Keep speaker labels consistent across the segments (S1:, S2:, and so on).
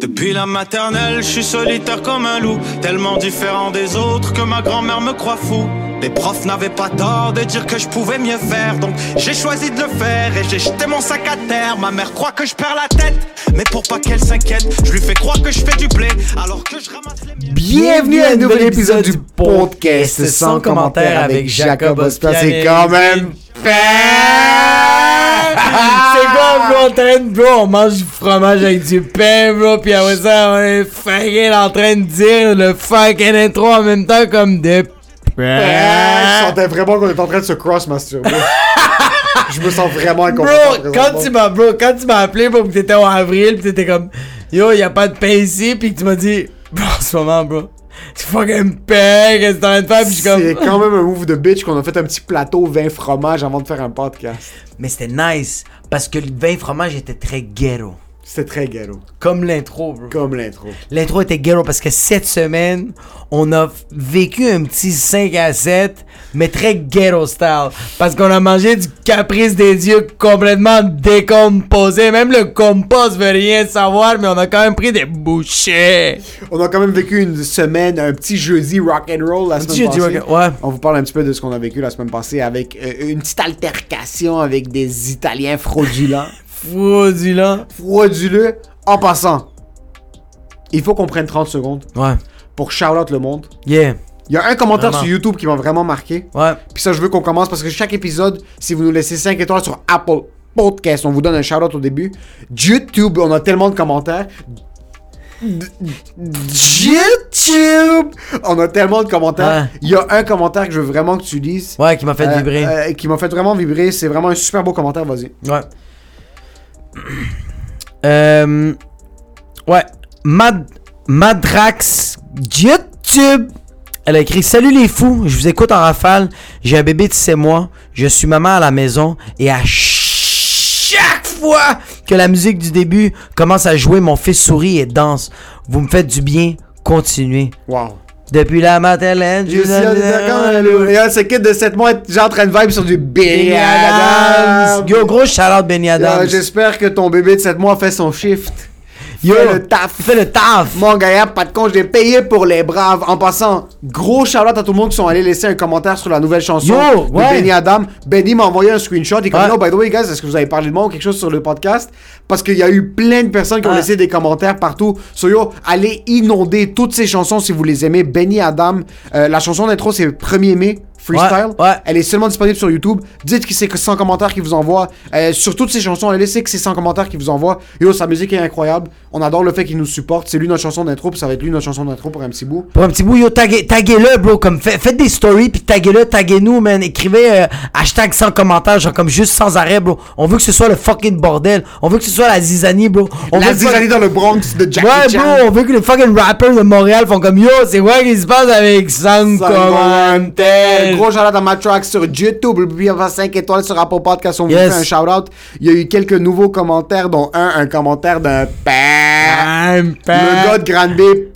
S1: Depuis la maternelle, je suis solitaire comme un loup, tellement différent des autres que ma grand-mère me croit fou. Les profs n'avaient pas tort de dire que je pouvais mieux faire, donc j'ai choisi de le faire et j'ai jeté mon sac à terre. Ma mère croit que je perds la tête, mais pour pas qu'elle s'inquiète, je lui fais croire que je fais du blé alors que je ramasse les miennes.
S2: Bienvenue à un nouvel épisode du podcast sans commentaire avec Jacob Ospia. C'est quand même
S3: C'est quoi, bro? On traîne, bro? On mange du fromage avec du pain, bro. Puis après ça, on est fucking en train de dire le fucking intro en même temps comme des. Ah!
S2: Je sentais vraiment qu'on était en train de se cross-masturber. Je me sens vraiment
S3: Bro,
S2: inconfortable.
S3: quand tu m'as, bro, quand tu m'as appelé, bro, que t'étais en avril, pis t'étais comme, yo, y a pas de pain ici, pis que tu m'as dit, bro, en ce moment, bro, c'est fucking pain, qu'est-ce que t'es en train de faire, pis je suis
S2: C'est
S3: comme,
S2: quand même un move de bitch qu'on a fait un petit plateau vin fromage avant de faire un podcast.
S3: mais c'était nice, parce que le vin fromage était très ghetto.
S2: C'était très ghetto.
S3: Comme l'intro, bro.
S2: Comme l'intro.
S3: L'intro était ghetto parce que cette semaine, on a vécu un petit 5 à 7, mais très ghetto style. Parce qu'on a mangé du caprice des dieux complètement décomposé. Même le compost veut rien savoir, mais on a quand même pris des bouchées.
S2: On a quand même vécu une semaine, un petit jeudi rock and roll la semaine
S3: petit jeudi
S2: passée.
S3: rock and- ouais.
S2: On vous parle un petit peu de ce qu'on a vécu la semaine passée avec euh, une petite altercation avec des Italiens fraudulents.
S3: Fraudulent.
S2: frauduleux. En passant, il faut qu'on prenne 30 secondes
S3: Ouais.
S2: pour shout out le monde.
S3: Yeah.
S2: Il y a un commentaire
S3: Vraiment.
S2: sur YouTube qui m'a vraiment marqué.
S3: Ouais.
S2: Puis ça, je veux qu'on commence parce que chaque épisode, si vous nous laissez 5 étoiles sur Apple Podcast, on vous donne un shout out au début. YouTube, on a tellement de commentaires. YouTube! On a tellement de commentaires.
S3: Ouais.
S2: Il y a un commentaire que je veux vraiment que tu lises.
S3: Ouais, qui m'a fait
S2: Euh,
S3: vibrer.
S2: euh, qui m'a fait vraiment vibrer. C'est vraiment un super beau commentaire, vas-y.
S3: Ouais. Euh, ouais. Mad Madrax YouTube. Elle a écrit Salut les fous, je vous écoute en rafale. J'ai un bébé de 7 mois. Je suis maman à la maison. Et à chaque fois que la musique du début commence à jouer, mon fils sourit et danse. Vous me faites du bien. Continuez.
S2: Wow.
S3: Depuis la maternelle, je vous
S2: Il y a ce kid de 7 mois, genre en train de vibe sur du Benny
S3: Benny Adams.
S2: Adams.
S3: Yo, gros shout-out Benny
S2: Euh,
S3: Adams.
S2: J'espère que ton bébé de 7 mois fait son shift.
S3: Yo,
S2: Fais le taf.
S3: Fais le taf.
S2: Mon gars, pas de con, je l'ai payé pour les braves. En passant, gros charlotte à tout le monde qui sont allés laisser un commentaire sur la nouvelle chanson
S3: Yo,
S2: de
S3: ouais.
S2: Benny Adam. Benny m'a envoyé un screenshot. Il est comme,
S3: Ouais.
S2: no, by the way, guys, est-ce que vous avez parlé de moi ou quelque chose sur le podcast? Parce qu'il y a eu plein de personnes qui ont
S3: Ouais.
S2: laissé des commentaires partout. So yo, allez inonder toutes ces chansons si vous les aimez. Benny Adam, euh, la chanson d'intro, c'est 1er mai. Freestyle.
S3: Ouais, ouais.
S2: Elle est seulement disponible sur YouTube. Dites que c'est que 100 commentaires qui vous envoie. Euh, sur toutes ces chansons, laissez que c'est 100 commentaires qui vous envoie. Yo, sa musique est incroyable. On adore le fait qu'il nous supporte. C'est lui notre chanson d'intro, puis ça va être lui notre chanson d'intro pour un petit bout.
S3: Pour un petit bout, yo, taguez- taguez-le, bro. Comme, fait- faites des stories, puis taguez-le, taguez-nous, man. Écrivez euh, hashtag sans commentaire, genre comme juste sans arrêt, bro. On veut que ce soit le fucking bordel. On veut que ce soit la zizanie, bro. On
S2: La
S3: veut que-
S2: zizanie dans le Bronx de Jackie
S3: Ouais,
S2: Chan.
S3: bro, on veut que les fucking rappers de Montréal font comme, yo, c'est quoi qui se passe avec sans
S2: Sans commentaire.
S3: commentaire?
S2: Euh, Gros shout-out à Matrax sur YouTube. N'oubliez pas 5 étoiles sur Apple Podcast. On vous
S3: Yes.
S2: fait un shout-out. Il y a eu quelques nouveaux commentaires, dont un, un commentaire d'un père.
S3: Pam, pam.
S2: Le gars de Grande B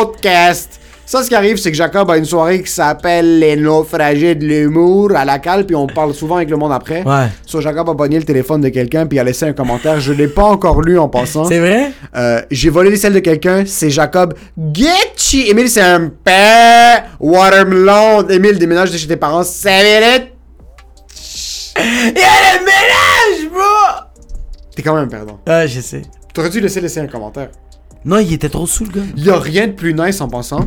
S2: podcast. Ça, ce qui arrive, c'est que Jacob a une soirée qui s'appelle Les naufragés de l'humour à la cale, puis on parle souvent avec le monde après.
S3: Ouais.
S2: So, Jacob a pogné le téléphone de quelqu'un, puis il a laissé un commentaire. Je l'ai pas encore lu en passant.
S3: C'est vrai?
S2: Euh, J'ai volé celle de quelqu'un, c'est Jacob Getchi. Émile, c'est un père. Watermelon. Émile déménage de chez tes parents. Salut, les-
S3: Il y a le ménage, bro!
S2: T'es quand même perdant.
S3: Ah, je sais.
S2: T'aurais dû laisser laisser un commentaire.
S3: Non, il était trop sous, le gars.
S2: Y a rien de plus nice en passant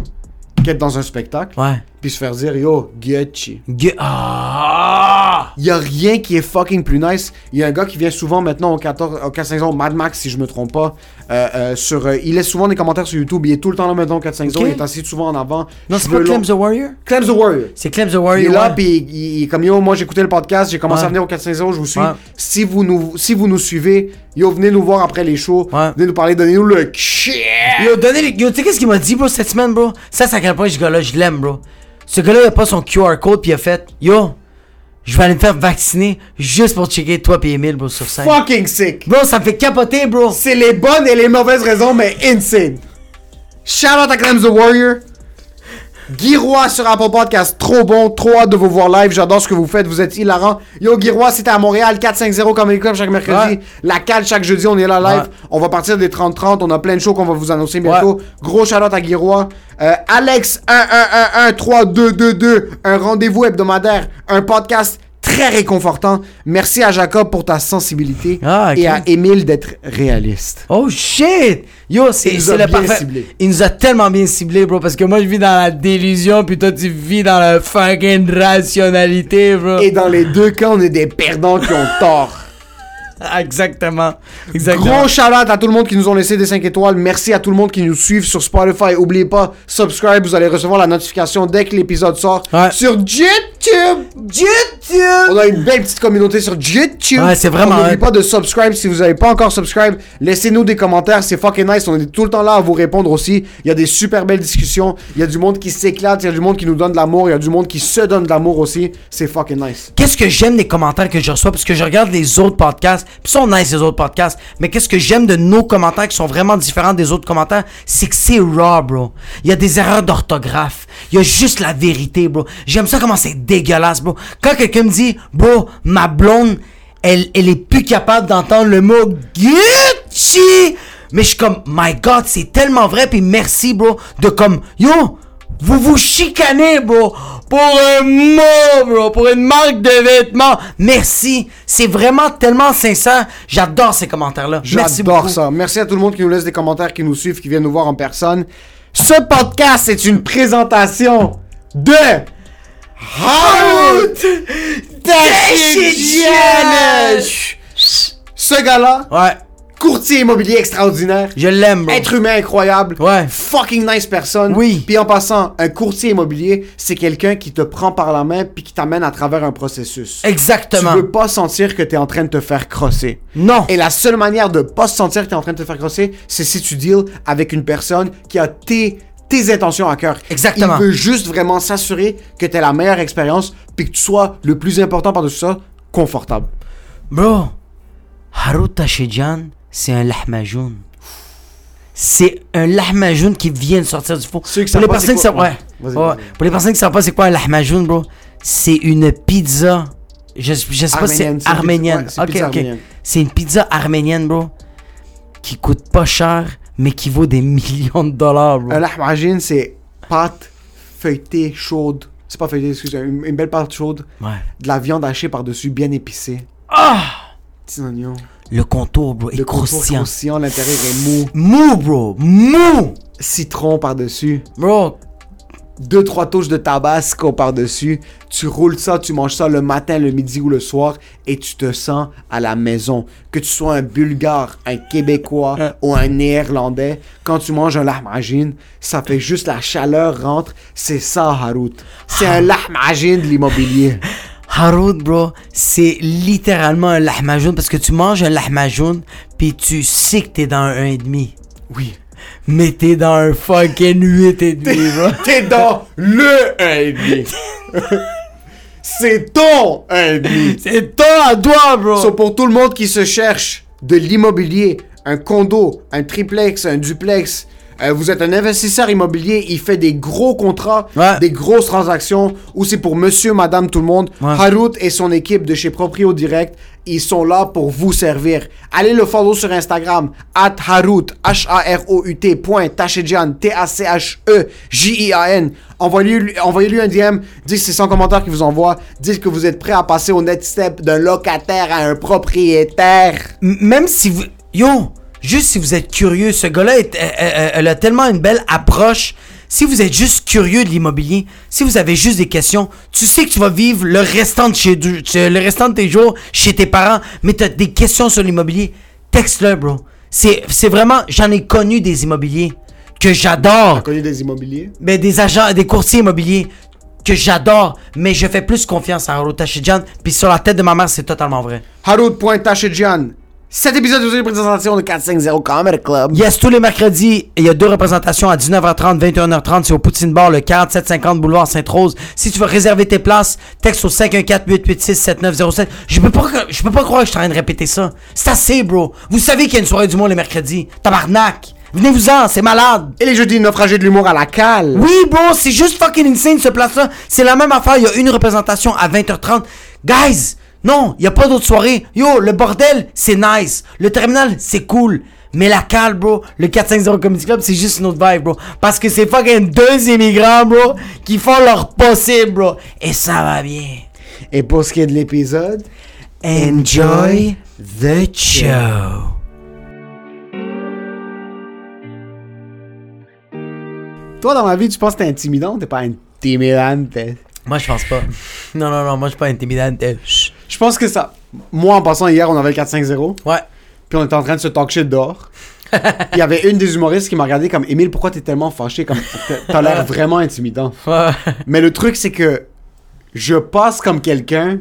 S2: qu'être dans un spectacle,
S3: Ouais.
S2: puis se faire dire Yo, Getchi.
S3: Gue- Ah!
S2: Il y a rien qui est fucking plus nice. Il y a un gars qui vient souvent maintenant au 14 au 450 Mad Max si je me trompe pas euh, euh, sur euh, il laisse souvent des commentaires sur YouTube, il est tout le temps là maintenant au 450,
S3: Ok.
S2: il est assis souvent en avant.
S3: Non,
S2: Je
S3: c'est pas
S2: veux long-
S3: Clem the Warrior?
S2: Clem's the Warrior.
S3: C'est Clem the
S2: Il est
S3: Warrior.
S2: là,
S3: ouais.
S2: puis il, il est comme yo, moi j'écoutais le podcast, j'ai commencé
S3: Ouais.
S2: à venir au 450, je vous suis.
S3: Ouais.
S2: Si, vous nous, si vous nous suivez, yo, venez nous voir après les shows,
S3: Ouais.
S2: venez nous parler, donnez-nous le shit.
S3: Yo, donnez les... Yo, tu sais qu'est-ce qu'il m'a dit, bro, cette semaine, bro? Ça, c'est à quel point ce gars-là, je l'aime, bro. Ce gars-là, il a pas son QR code, puis il a fait Yo, je vais aller me faire vacciner juste pour checker toi puis Emile, bro, sur scène.
S2: Fucking sick.
S3: Bro, ça me fait capoter, bro.
S2: C'est les bonnes et les mauvaises raisons, mais insane. Shout out à Clem's the Warrior. Guy Roy sur Apple Podcast, trop bon, trop hâte de vous voir live. J'adore ce que vous faites, vous êtes hilarant. Yo, Guy Roy, c'était à Montréal, 450 Comedy Club chaque mercredi.
S3: Ouais.
S2: La cale chaque jeudi, on est là live.
S3: Ouais.
S2: On va partir des 30-30, on a plein de shows qu'on va vous annoncer bientôt. Gros shout à Guy Roy. Euh, Alex, 1-1-1-1-3-2-2-2, un rendez-vous hebdomadaire, un podcast très réconfortant. Merci à Jacob pour ta sensibilité
S3: Ah, ok.
S2: et à Émile d'être réaliste.
S3: Oh shit! Yo, c'est
S2: Il nous
S3: c'est
S2: a
S3: le
S2: bien
S3: parfait.
S2: ciblé.
S3: Il nous a tellement bien ciblé, bro, parce que moi je vis dans la délusion, puis toi tu vis dans la fucking rationalité, bro.
S2: Et dans les deux cas, on est des perdants qui ont tort.
S3: Exactement. Exactement.
S2: Gros shout-out à tout le monde qui nous ont laissé des 5 étoiles. Merci à tout le monde qui nous suivent sur Spotify. Oubliez pas, subscribe, vous allez recevoir la notification dès que l'épisode sort
S3: Ouais.
S2: sur YouTube. On
S3: YouTube!
S2: a une belle petite communauté sur YouTube.
S3: Ouais, c'est vraiment
S2: On N'oubliez
S3: hot.
S2: pas de subscribe si vous n'avez pas encore subscribe. Laissez-nous des commentaires, c'est fucking nice. On est tout le temps là à vous répondre aussi. Il y a des super belles discussions. Il y a du monde qui s'éclate, il y a du monde qui nous donne de l'amour, il y a du monde qui se donne de l'amour aussi. C'est fucking nice.
S3: Qu'est-ce que j'aime des commentaires que je reçois parce que je regarde les autres podcasts, puis sont nice les autres podcasts, mais qu'est-ce que j'aime de nos commentaires qui sont vraiment différents des autres commentaires, c'est que c'est raw, bro. Il y a des erreurs d'orthographe, il y a juste la vérité, bro. J'aime ça comment c'est dégueulasse, bro. Quand quelqu'un me dit, bro, ma blonde, elle, elle est plus capable d'entendre le mot Gucci, mais je suis comme, my God, c'est tellement vrai, puis merci, bro, de comme, yo. Vous vous chicanez, bro, pour un mot, bro, pour une marque de vêtements. Merci. C'est vraiment tellement sincère. J'adore ces commentaires-là. Merci
S2: J'adore
S3: beaucoup.
S2: ça. Merci à tout le monde qui nous laisse des commentaires, qui nous suivent, qui viennent nous voir en personne. Ce podcast c'est une présentation de Harout Dashidianich. Ce gars-là,
S3: Ouais,
S2: courtier immobilier extraordinaire,
S3: je l'aime, bro.
S2: être humain incroyable,
S3: Ouais.
S2: fucking nice personne.
S3: Oui.
S2: Puis en passant, un courtier immobilier, c'est quelqu'un qui te prend par la main puis qui t'amène à travers un processus.
S3: Exactement.
S2: Tu veux pas sentir que t'es en train de te faire crosser.
S3: Non.
S2: Et la seule manière de pas se sentir que t'es en train de te faire crosser, c'est si tu deals avec une personne qui a tes tes intentions à cœur.
S3: Exactement.
S2: Il veut juste vraiment s'assurer que t'aies la meilleure expérience puis que tu sois le plus important par-dessus ça, confortable.
S3: Bro, Harut Tashijan, c'est un lahmajoun. C'est un lahmajoun qui vient de sortir du four.
S2: Ceux qui
S3: pour,
S2: savent
S3: les
S2: pas
S3: personnes qui
S2: c'est
S3: savent,
S2: quoi-
S3: ouais.
S2: Ouais, vas-y,
S3: Ouais.
S2: vas-y.
S3: Pour les personnes qui savent pas c'est quoi un lahmajoun, bro, c'est une pizza. Je, je sais pas si
S2: Arménienne,
S3: c'est
S2: c'est une
S3: arménienne.
S2: pizza- ouais, c'est
S3: Ok,
S2: une
S3: ok.
S2: pizza arménienne.
S3: C'est une pizza arménienne, bro, qui coûte pas cher, mais qui vaut des millions de dollars, bro.
S2: Un lahmacun, Euh, c'est pâte feuilletée chaude. C'est pas feuilletée, excusez, une, une belle pâte chaude.
S3: Ouais.
S2: De la viande hachée par-dessus, bien épicée. Petits oignons.
S3: Le contour, bro, est
S2: Le contour
S3: croustillant.
S2: croustillant, l'intérieur est mou.
S3: Mou, bro, mou!
S2: Citron par-dessus.
S3: Bro,
S2: deux trois touches de tabasco par-dessus, tu roules ça, tu manges ça le matin, le midi ou le soir et tu te sens à la maison. Que tu sois un bulgare, un québécois ou un néerlandais, quand tu manges un lahmacun, ça fait juste la chaleur rentre, c'est ça Harout. C'est un lahmacun de l'immobilier.
S3: Harout, bro, c'est littéralement un lahmajoun parce que tu manges un lahmajoun puis tu sais que t'es dans un 1,5.
S2: Oui.
S3: Mais t'es dans un fucking 8,5, bro.
S2: T'es dans le 1,5. c'est ton 1,5.
S3: C'est toi à toi, bro.
S2: So, pour tout le monde qui se cherche de l'immobilier, un condo, un triplex, un duplex, euh, vous êtes un investisseur immobilier, il fait des gros contrats,
S3: Ouais.
S2: des grosses transactions, ou c'est pour monsieur, madame, tout le monde.
S3: Ouais.
S2: Harout et son équipe de chez Proprio Direct, ils sont là pour vous servir. Allez le follow sur Instagram, at Harout, H-A-R-O-U-T, point, Tachejian, E T-A-C-H-E-J-I-A-N. Envoyez-lui envoyez un DM, dites que c'est son commentaire qui vous envoie, dites que vous êtes prêt à passer au next step d'un locataire à un propriétaire.
S3: M- Même si vous. Yo, juste si vous êtes curieux, ce gars-là, est- euh, euh, euh, elle a tellement une belle approche. Si vous êtes juste curieux de l'immobilier, si vous avez juste des questions, tu sais que tu vas vivre le restant de, chez, du- tu- le restant de tes jours chez tes parents, mais tu as des questions sur l'immobilier, texte-le, bro. C'est c'est vraiment. J'en ai connu des immobiliers que j'adore.
S2: Connu des immobiliers.
S3: Ben, des agents, des courtiers immobiliers que j'adore, mais je fais plus confiance à Rota Shijan, puis sur la tête de ma mère, c'est totalement vrai.
S2: Harout.tachejian. Cet épisode vous est une présentation de 450 Comedy Club.
S3: Yes, tous les mercredis, il y a deux représentations à 19h30, 21h30. C'est au Poutine Bar, le 4750 boulevard Sainte-Rose. Si tu veux réserver tes places, texte au 514-886-7907. Je peux pas, que- je peux pas croire que je suis en train de répéter ça. C'est assez, bro. Vous savez qu'il y a une soirée du monde les mercredis. Tabarnak! Venez-vous-en, c'est malade.
S2: Et les jeudis naufragés de l'humour à la cale.
S3: Oui, bro, c'est juste fucking insane ce place-là. C'est la même affaire, il y a une représentation à 20h30. Guys, non, il n'y a pas d'autre soirée. Yo, le bordel, c'est nice. Le terminal, c'est cool. Mais la cale, bro, le 450 Comedy Club, c'est juste une autre vibe, bro. Parce que c'est fucking deux immigrants, bro, qui font leur possible, bro. Et ça va bien.
S2: Et pour ce qui est de l'épisode,
S3: Enjoy the show.
S2: toi dans ma vie, tu penses que t'es intimidant, t'es pas intimidante.
S3: Moi, je pense pas. Non, non, non, moi, je suis pas intimidante. Euh, chut.
S2: Je pense que ça. Moi, en passant, hier, on avait le 4-5-0,
S3: Ouais.
S2: puis on était en train de se talk shit dehors. Il y avait une des humoristes qui m'a regardé comme Émile, pourquoi t'es tellement fâché Comme t'as- t'as l'air vraiment intimidant.
S3: Ouais.
S2: Mais le truc, c'est que je passe comme quelqu'un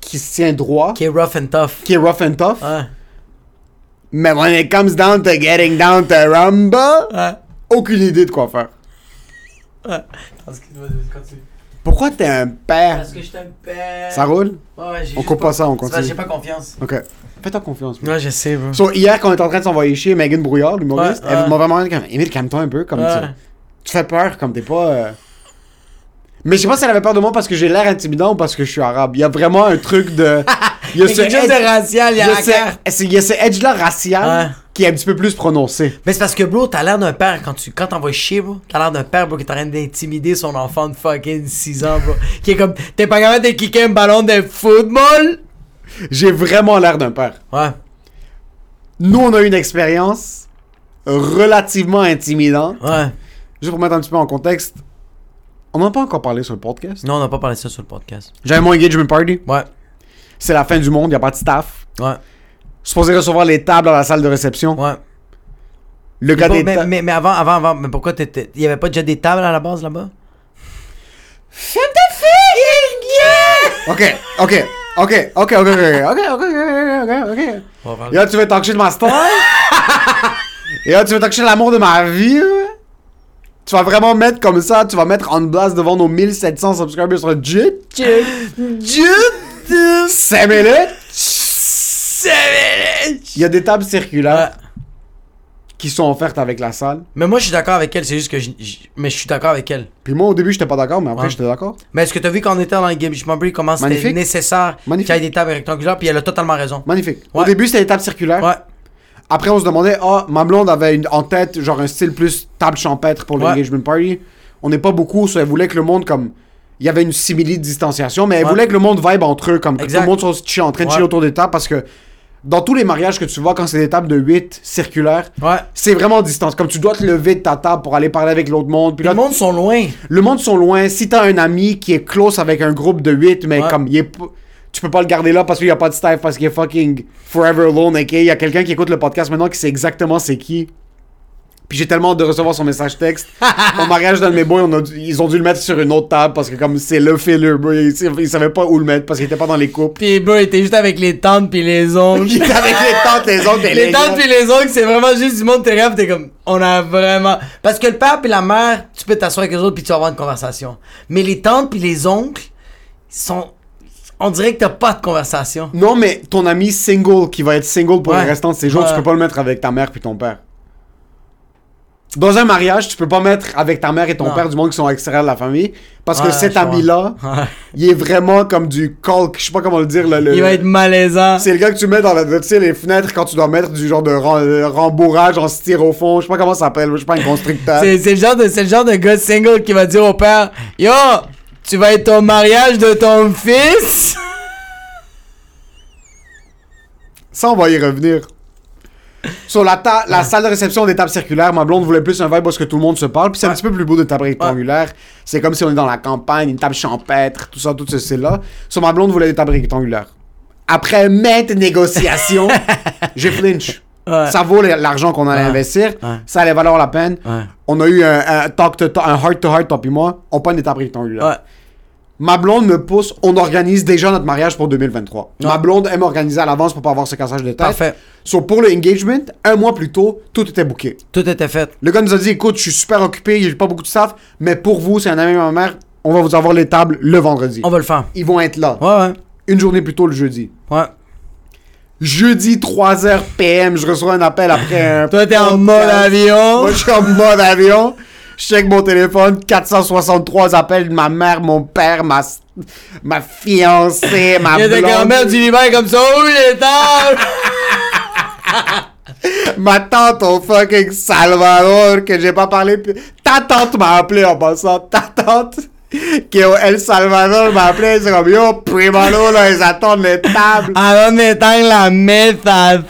S2: qui se tient droit,
S3: Qui est rough and tough.
S2: qui est rough and tough.
S3: Ouais.
S2: Mais when it comes down to getting down to rumble,
S3: Ouais.
S2: aucune idée de quoi faire.
S3: Ouais. Excuse-moi, continue.
S2: Pourquoi t'es un père
S3: Parce que je t'aime père.
S2: Ça roule
S3: Ouais, ouais, j'ai
S2: On
S3: juste
S2: coupe pas ça, on
S3: C'est parce que
S2: continue.
S3: J'ai pas confiance.
S2: Ok. Fais-toi confiance. man.
S3: Ouais, je sais, bro.
S2: So, hier, quand on était en train de s'envoyer chier, Megan Brouillard, l'humoriste,
S3: Ouais, ouais.
S2: elle m'a vraiment dit comme Émile, calme-toi un peu, comme
S3: Ouais.
S2: tu, tu fais peur, comme t'es pas. euh. Mais je sais pas si elle avait peur de moi parce que j'ai l'air intimidant ou parce que je suis arabe. Il y a vraiment un truc de. Il y a
S3: Mais quelque chose
S2: edge-
S3: de racial, il y a la
S2: ce-
S3: carte.
S2: c'est- il y a ce edge-là racial
S3: Ouais.
S2: qui est un petit peu plus prononcé.
S3: Mais c'est parce que, bro, t'as l'air d'un père quand tu quand t'envoies chier, bro. T'as l'air d'un père, bro, qui est en train d'intimider son enfant de fucking 6 ans, bro. qui est comme, t'es pas capable de kicker un ballon de football?
S2: J'ai vraiment l'air d'un père.
S3: Ouais.
S2: Nous, on a eu une expérience relativement intimidante.
S3: Ouais.
S2: Juste pour mettre un petit peu en contexte, on n'en a pas encore parlé sur le podcast.
S3: Non, on n'a pas parlé de ça sur le podcast.
S2: J'avais mon engagement party.
S3: Ouais.
S2: C'est la fin du monde, il a pas de staff.
S3: Ouais.
S2: Supposé recevoir les tables dans la salle de réception.
S3: Ouais.
S2: Le gars
S3: Bon,
S2: des
S3: mais,
S2: ta-
S3: mais, mais avant, avant, avant, mais pourquoi t'étais. Il y avait pas déjà des tables à la base là-bas?
S2: Ok, ok, ok, ok, ok, ok, ok, ok, ok, ok, ok.
S3: On va parler.
S2: Et là, tu veux talk shit de ma star? Et là, tu veux talk shit de l'amour de ma vie? ouais? Tu vas vraiment mettre comme ça, tu vas mettre on blast devant nos 1700 subscribers sur Jit?
S3: Dieu!
S2: 5 minutes?
S3: C'est
S2: Il y a des tables circulaires
S3: Ouais.
S2: qui sont offertes avec la salle.
S3: Mais moi, je suis d'accord avec elle, c'est juste que je. je- Mais je suis d'accord avec elle.
S2: Puis moi, au début, j'étais pas d'accord, mais après,
S3: Ouais.
S2: j'étais d'accord.
S3: Mais est-ce que t'as vu quand on était dans les Game Break comment c'était
S2: Magnifique.
S3: nécessaire qu'il
S2: Magnifique.
S3: y ait des tables rectangulaires, puis elle a totalement raison.
S2: Magnifique. Au
S3: Ouais.
S2: début, c'était des tables circulaires.
S3: Ouais.
S2: Après, on se demandait, ah, ma blonde avait une, en tête, genre un style plus table champêtre pour
S3: Ouais.
S2: l'engagement party. On n'est pas beaucoup, ça, elle voulait que le monde, comme. Il y avait une simili de distanciation, mais elle
S3: Ouais.
S2: voulait que le monde vibe entre eux, comme que
S3: Exact.
S2: tout le monde soit chill- en train de
S3: Ouais.
S2: chiller autour des tables, parce que dans tous les mariages que tu vois, quand c'est des tables de 8 circulaires,
S3: Ouais.
S2: c'est vraiment distance. Comme tu dois te lever de ta table pour aller parler avec l'autre monde. Puis
S3: Le
S2: là,
S3: monde sont loin.
S2: le monde sont loin. Si t'as un ami qui est close avec un groupe de 8, mais
S3: Ouais.
S2: comme il est p- tu peux pas le garder là parce qu'il y a pas de staff, parce qu'il est fucking forever alone, ok? Il y a quelqu'un qui écoute le podcast maintenant qui sait exactement c'est qui. Puis j'ai tellement hâte de recevoir son message texte. Au mariage dans mes boys, on a dû- ils ont dû le mettre sur une autre table parce que comme c'est le filler, bro, ils, ils savaient pas où le mettre parce qu'il était pas dans les couples.
S3: Puis bro, il était juste avec les tantes puis les oncles.
S2: Il était avec les tantes, les oncles, et
S3: les
S2: les
S3: tantes
S2: gars.
S3: puis les oncles, c'est vraiment juste du monde t'es rêve, t'es comme on a vraiment parce que le père puis la mère, tu peux t'asseoir avec les autres puis tu vas avoir une conversation. Mais les tantes puis les oncles sont on dirait que t'as pas de conversation.
S2: Non, mais ton ami single qui va être single pour
S3: Ouais.
S2: le restant de ses jours,
S3: Ouais.
S2: tu peux pas le mettre avec ta mère puis ton père. Dans un mariage, tu peux pas mettre avec ta mère et ton
S3: Non.
S2: père du monde qui sont extérieurs de la famille parce
S3: Ouais,
S2: que cet
S3: je vois.
S2: ami-là, il est vraiment comme du calque, je sais pas comment le dire. le- le-
S3: Il va être malaisant.
S2: C'est le gars que tu mets dans la, tu sais, les fenêtres quand tu dois mettre du genre de ren- euh, rembourrage en styrofoam, je sais pas comment ça s'appelle, je suis pas un constricteur.
S3: C'est c'est le genre de c'est le genre de gars single qui va dire au père "Yo, tu vas être au mariage de ton fils."
S2: Ça, on va y revenir. Sur la, ta- la salle de réception des tables circulaires, ma blonde voulait plus un vibe parce que tout le monde se parle. Puis c'est un petit peu plus beau de table rectangulaire. C'est comme si on est dans la campagne, une table champêtre, tout ça, tout ce style-là. Sur ma blonde voulait des tables rectangulaires. Après maintes négociations, j'ai flinch.
S3: Ouais.
S2: Ça vaut le- l'argent qu'on allait
S3: Ouais.
S2: investir.
S3: Ouais.
S2: Ça allait valoir la peine.
S3: Ouais.
S2: On a eu un, un talk to talk- un heart to heart, toi puis moi. On prend des tables rectangulaires.
S3: Ouais.
S2: Ma blonde me pousse, on organise déjà notre mariage pour 2023. Ma blonde aime organiser à l'avance pour pas avoir ce cassage de tête.
S3: Parfait.
S2: So, pour le engagement, un mois plus tôt, tout était booké.
S3: Tout était fait.
S2: Le gars nous a dit écoute, je suis super occupé, j'ai pas beaucoup de staff, mais pour vous, c'est un ami de ma mère, on va vous avoir les tables le vendredi.
S3: On va le faire.
S2: Ils vont être là.
S3: Ouais ouais.
S2: Une journée plus tôt le jeudi.
S3: Ouais.
S2: Jeudi 3h PM, je reçois un appel après un.
S3: Toi, t'es en mode avion.
S2: Moi, je suis en mode avion. Je check mon téléphone, 463 appels de ma mère, mon père, ma, s- ma fiancée, ma
S3: Il y a des grand-mères
S2: blonde,
S3: du Liban comme ça. Oh, il est tard!
S2: ma tante au fucking Salvador que j'ai pas parlé. depuis- Ta tante m'a appelé en passant. Ta tante qui est au El Salvador m'a appelé. C'est comme yo, primalo, là, ils attendent les tables.
S3: Alors, Ah, on éteint la méthode.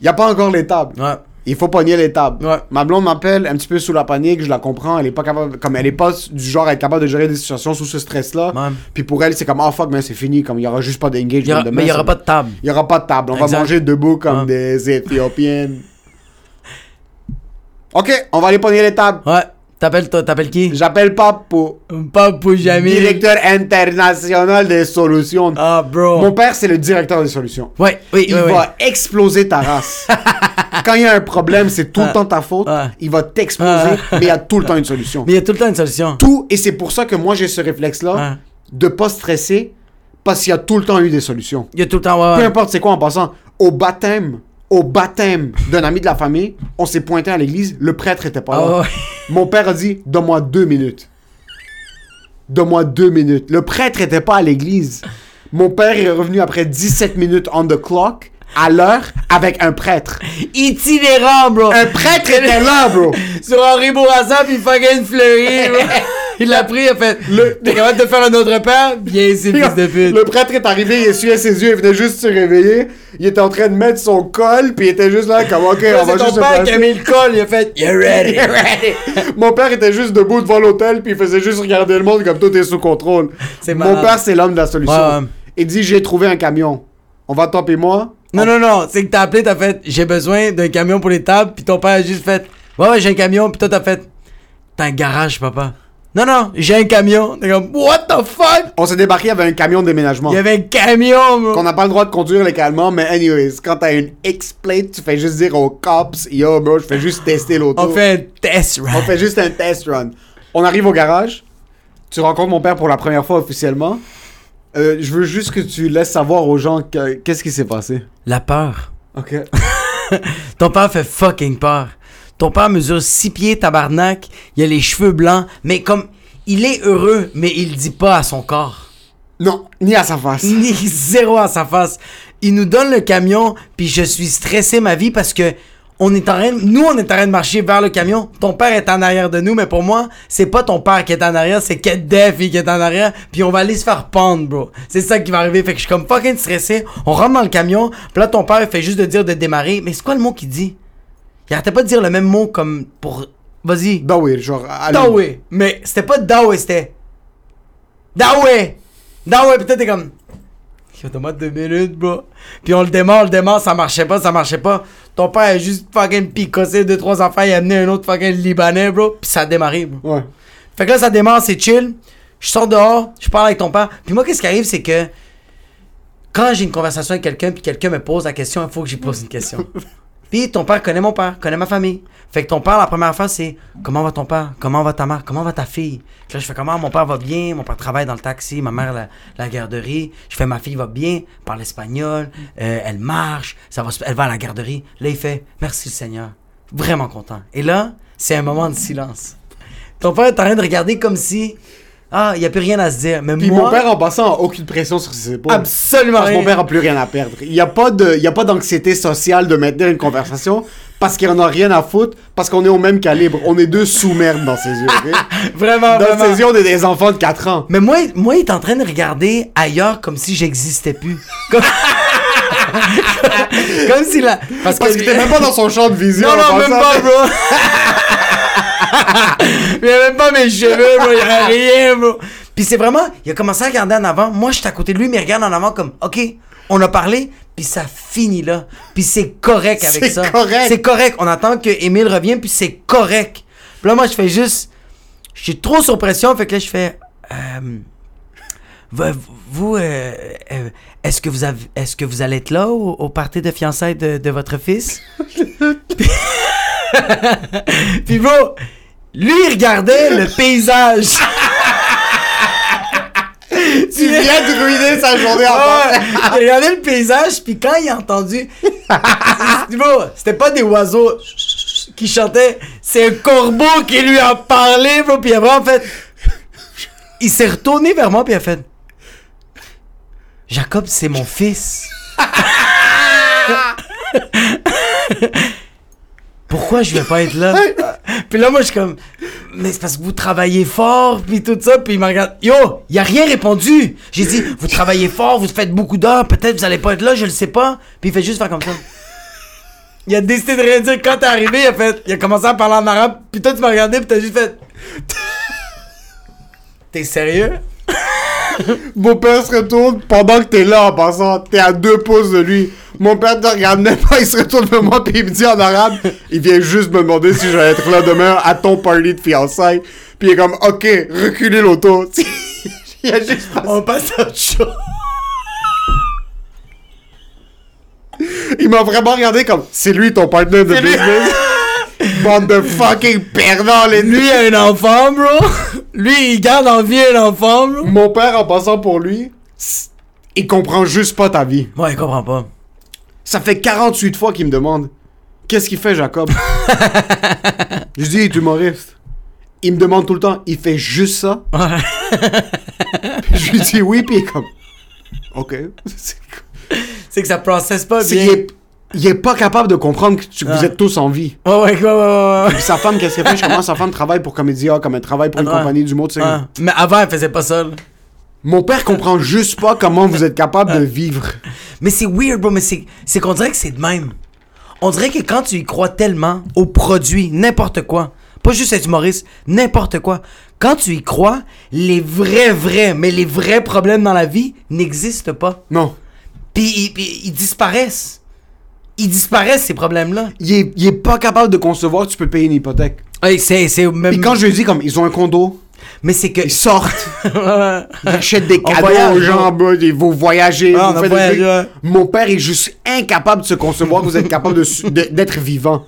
S2: Y a pas encore les tables.
S3: Ouais.
S2: Il faut pogner les tables.
S3: Ouais.
S2: Ma blonde m'appelle un petit peu sous la panique, je la comprends. Elle est pas capable, comme elle est pas du genre à être capable de gérer des situations sous ce stress-là.
S3: Ouais.
S2: Puis pour elle, c'est comme, oh fuck, mais c'est fini, comme il y aura juste pas d'engagement
S3: Il y aura-
S2: demain.
S3: mais il y
S2: ça
S3: aura
S2: va-
S3: pas de table.
S2: Il y aura pas de table. On
S3: Exact. Ah.
S2: va manger debout comme
S3: Ouais.
S2: des Éthiopiennes. ok, on va aller pogner les tables.
S3: Ouais. T'appelles, toi, t'appelles qui?
S2: J'appelle Papo,
S3: Pas pour
S2: directeur international des solutions.
S3: Ah, bro.
S2: Mon père, c'est le directeur des solutions.
S3: Ouais, oui,
S2: il
S3: oui, oui.
S2: va exploser ta race. Quand il y a un problème, c'est tout le temps ta faute.
S3: Ah.
S2: Il va t'exploser, mais il y a tout le temps une solution.
S3: Mais il y a tout le temps une solution.
S2: Tout, et c'est pour ça que moi j'ai ce réflexe-là
S3: Ah.
S2: de pas stresser parce qu'il y a tout le temps eu des solutions.
S3: Il y a tout le temps,
S2: Peu
S3: ouais, ouais.
S2: importe c'est quoi en passant, au baptême, au baptême d'un ami de la famille, on s'est pointé à l'église, le prêtre était pas
S3: Ah,
S2: là.
S3: ouais.
S2: Mon père a dit Donne-moi deux minutes. Donne-moi deux minutes. Le prêtre était pas à l'église. Mon père est revenu après 17 minutes on the clock, à l'heure, avec un prêtre.
S3: Itinérant, bro.
S2: Un prêtre était là, bro.
S3: Sur Henri Bourassa, puis fucking Fleury, bro. Il l'a pris, il a fait.
S2: Le-
S3: T'es capable de faire un autre pain? Bien ici, fils de pute.
S2: Le prêtre est arrivé, il essuyait ses yeux, il venait juste se réveiller. Il était en train de mettre son col, puis il était juste là, comme ok, on
S3: C'est
S2: va juste
S3: ton
S2: se
S3: père qui a
S2: passer.
S3: mis le col, il a fait. You're ready.
S2: Mon père était juste debout devant l'hôtel, puis il faisait juste regarder le monde comme tout est sous contrôle.
S3: C'est
S2: Mon
S3: malade.
S2: père, c'est l'homme de la solution.
S3: Ouais, ouais.
S2: Il dit J'ai trouvé un camion. On va taper moi.
S3: Non, non, non, c'est que t'as appelé, t'as fait j'ai besoin d'un camion pour les tables, puis ton père a juste fait ouais, ouais, j'ai un camion, puis toi t'as fait t'as un garage, papa. Non, non, j'ai un camion. T'es comme what the fuck?
S2: On s'est débarqué avec un camion de déménagement.
S3: Il y avait un camion, bro.
S2: Qu'on n'a pas le droit de conduire légalement, mais anyways, quand t'as une X-plate, tu fais juste dire aux cops Yo, bro, je fais juste tester l'auto.
S3: On fait un test run.
S2: On fait juste un test run. On arrive au garage. Tu rencontres mon père pour la première fois officiellement. Euh, je veux juste que tu laisses savoir aux gens que- qu'est-ce qui s'est passé.
S3: La peur.
S2: Ok.
S3: Ton père fait fucking peur. Ton père mesure 6 pieds, tabarnak, il a les cheveux blancs, mais comme il est heureux, mais il le dit pas à son corps.
S2: Non, ni à sa face.
S3: ni zéro à sa face. Il nous donne le camion, puis je suis stressé ma vie parce que on est en train, nous on est en train de marcher vers le camion. Ton père est en arrière de nous, mais pour moi, c'est pas ton père qui est en arrière, c'est Kate Deffy qui est en arrière, puis on va aller se faire pendre, bro. C'est ça qui va arriver. Fait que je suis comme fucking stressé. On rentre dans le camion, puis là ton père il fait juste de dire de démarrer, mais c'est quoi le mot qu'il dit Il arrêtait pas de dire le même mot comme pour. Vas-y.
S2: Dawei, genre. allez.
S3: Dawé. Mais c'était pas Dawé, c'était. Dawé! Dawé, peut-être t'es comme. Yo, donne-moi deux minutes, bro. Puis on le démarre, on le démarre, ça marchait pas, ça marchait pas. Ton père a juste fucking picossé deux, trois enfants, il a amené un autre fucking Libanais, bro. Puis ça a démarré, bro.
S2: Ouais.
S3: Fait que là, ça démarre, c'est chill. Je sors dehors, je parle avec ton père. Puis moi, qu'est-ce qui arrive, c'est que quand j'ai une conversation avec quelqu'un, puis quelqu'un me pose la question, il faut que j'y pose une question. puis ton père connaît mon père, connaît ma famille. Fait que ton père, la première fois, c'est comment va ton père, comment va ta mère, comment va ta fille. Puis là, je fais comment mon père va bien, mon père travaille dans le taxi, ma mère la, la garderie. Je fais ma fille va bien, parle espagnol, euh, elle marche, ça va, sup- elle va à la garderie. Là, il fait merci le Seigneur, vraiment content. Et là, c'est un moment de silence. Ton père est en train de regarder comme si ah, il n'y a plus rien à se dire. Mais
S2: Puis
S3: moi,
S2: mon père, en passant, a aucune pression sur ses épaules.
S3: absolument
S2: Parce que
S3: rien.
S2: mon père a plus rien à perdre. Il n'y a pas de, il y a pas d'anxiété sociale de maintenir une conversation parce qu'il en a rien à foutre, parce qu'on est au même calibre. On est deux sous-merdes dans ses yeux. ok?
S3: Vraiment,
S2: dans
S3: Ah, vraiment.
S2: ses yeux, on est des enfants de 4 ans.
S3: Mais moi, moi, il est en train de regarder ailleurs comme si j'existais plus. Comme, comme si la. Parce,
S2: Parce que t'es même pas dans son champ de vision.
S3: Non,
S2: en
S3: non, même pas,
S2: passant.
S3: bro. il a même pas mes cheveux, bro. Il y a rien, bro. Puis c'est vraiment, il a commencé à regarder en avant. Moi, j'étais à côté de lui, mais il regarde en avant comme, OK, on a parlé, puis ça finit là. Puis c'est correct avec
S2: C'est
S3: ça.
S2: correct.
S3: C'est correct. On attend que Émile revienne, puis c'est correct. Puis là, moi, je fais juste. Je suis trop sur pression, fait que là, je fais. euh, Va- vous, euh, euh, est-ce que vous avez, est-ce que vous allez être là au, au party de fiançailles de, de votre fils Puis- Puis bro, lui il regardait le paysage. tu
S2: tu viens de ruiner sa journée en
S3: Ouais,
S2: pensant-
S3: il a regardé le paysage, puis quand il a entendu. C'est- bro, C'était pas des oiseaux qui chantaient, c'est un corbeau qui lui a parlé, bro. Puis il a vraiment fait. Il s'est retourné vers moi, puis il a fait. Jacob, c'est mon fils. Pourquoi je vais pas être là? Puis là, moi, je suis comme, mais c'est parce que vous travaillez fort, puis tout ça. Puis il me regarde, yo, il a rien répondu. J'ai dit, vous travaillez fort, vous faites beaucoup d'heures, peut-être vous allez pas être là, je le sais pas. Puis il fait juste faire comme ça. Il a décidé de rien dire. Quand t'es arrivé, il a fait, il a commencé à parler en arabe, puis toi, tu m'as regardé, puis t'as juste fait. T'es sérieux?
S2: Mon père se retourne pendant que t'es là en passant. T'es à deux pouces de lui. Mon père te regarde même pas, il se retourne vers moi puis il me dit en arabe, il vient juste me demander si je vais être là demain à ton party de fiançailles. Puis il est comme, ok, reculez l'auto. il a juste passé-
S3: On passe à autre chose.
S2: Il m'a vraiment regardé comme, c'est lui ton partenaire de business. Bande de fucking perdants les nuits.
S3: Lui, a un enfant, bro. Lui, il garde en vie un enfant, bro.
S2: Mon père en passant pour lui, c- il comprend juste pas ta vie.
S3: Moi, il comprend pas.
S2: Ça fait 48 fois qu'il me demande Qu'est-ce qu'il fait, Jacob Je dis, il est humoriste. Il me demande tout le temps Il fait juste ça Puis je lui dis oui, puis il est comme Ok. C'est-
S3: C'est que ça processe pas
S2: c'est-
S3: bien.
S2: il, est, il est pas capable de comprendre que tu- vous
S3: Ah.
S2: êtes tous en vie.
S3: Ouais, ouais, ouais, ouais, ouais, ouais.
S2: Puis sa femme, qu'est-ce qu'elle fait Je commence sa femme travaille pour Comédia, comme elle travaille pour une
S3: Ah, ouais.
S2: compagnie du monde. tu sais.
S3: Ouais. Mais avant, elle faisait pas ça. là.
S2: Mon père comprend juste pas comment vous êtes capable
S3: Ah.
S2: de vivre.
S3: Mais c'est weird, bro. Mais c'est c'est qu'on dirait que c'est de même. On dirait que quand tu y crois tellement au produit, n'importe quoi, pas juste être humoriste, n'importe quoi, quand tu y crois, les vrais, vrais, mais les vrais problèmes dans la vie n'existent pas.
S2: Non.
S3: Puis ils- puis ils disparaissent. Ils disparaissent, ces problèmes-là.
S2: Il est, il est pas capable de concevoir que tu peux payer une hypothèque.
S3: Ouais, c'est c'est
S2: Et
S3: même.
S2: quand je lui dis, comme, ils ont un condo,
S3: Mais c'est que.
S2: ils sortent.
S3: ouais,
S2: J'achète des
S3: On
S2: cadeaux
S3: voyage,
S2: aux gens
S3: non?
S2: en bas, des- vous voyagez,
S3: Ah, on
S2: vous
S3: a
S2: faites des
S3: voyagé,
S2: trucs.
S3: ouais.
S2: Mon père est juste incapable de se concevoir que vous êtes capable de su- de- d'être vivant.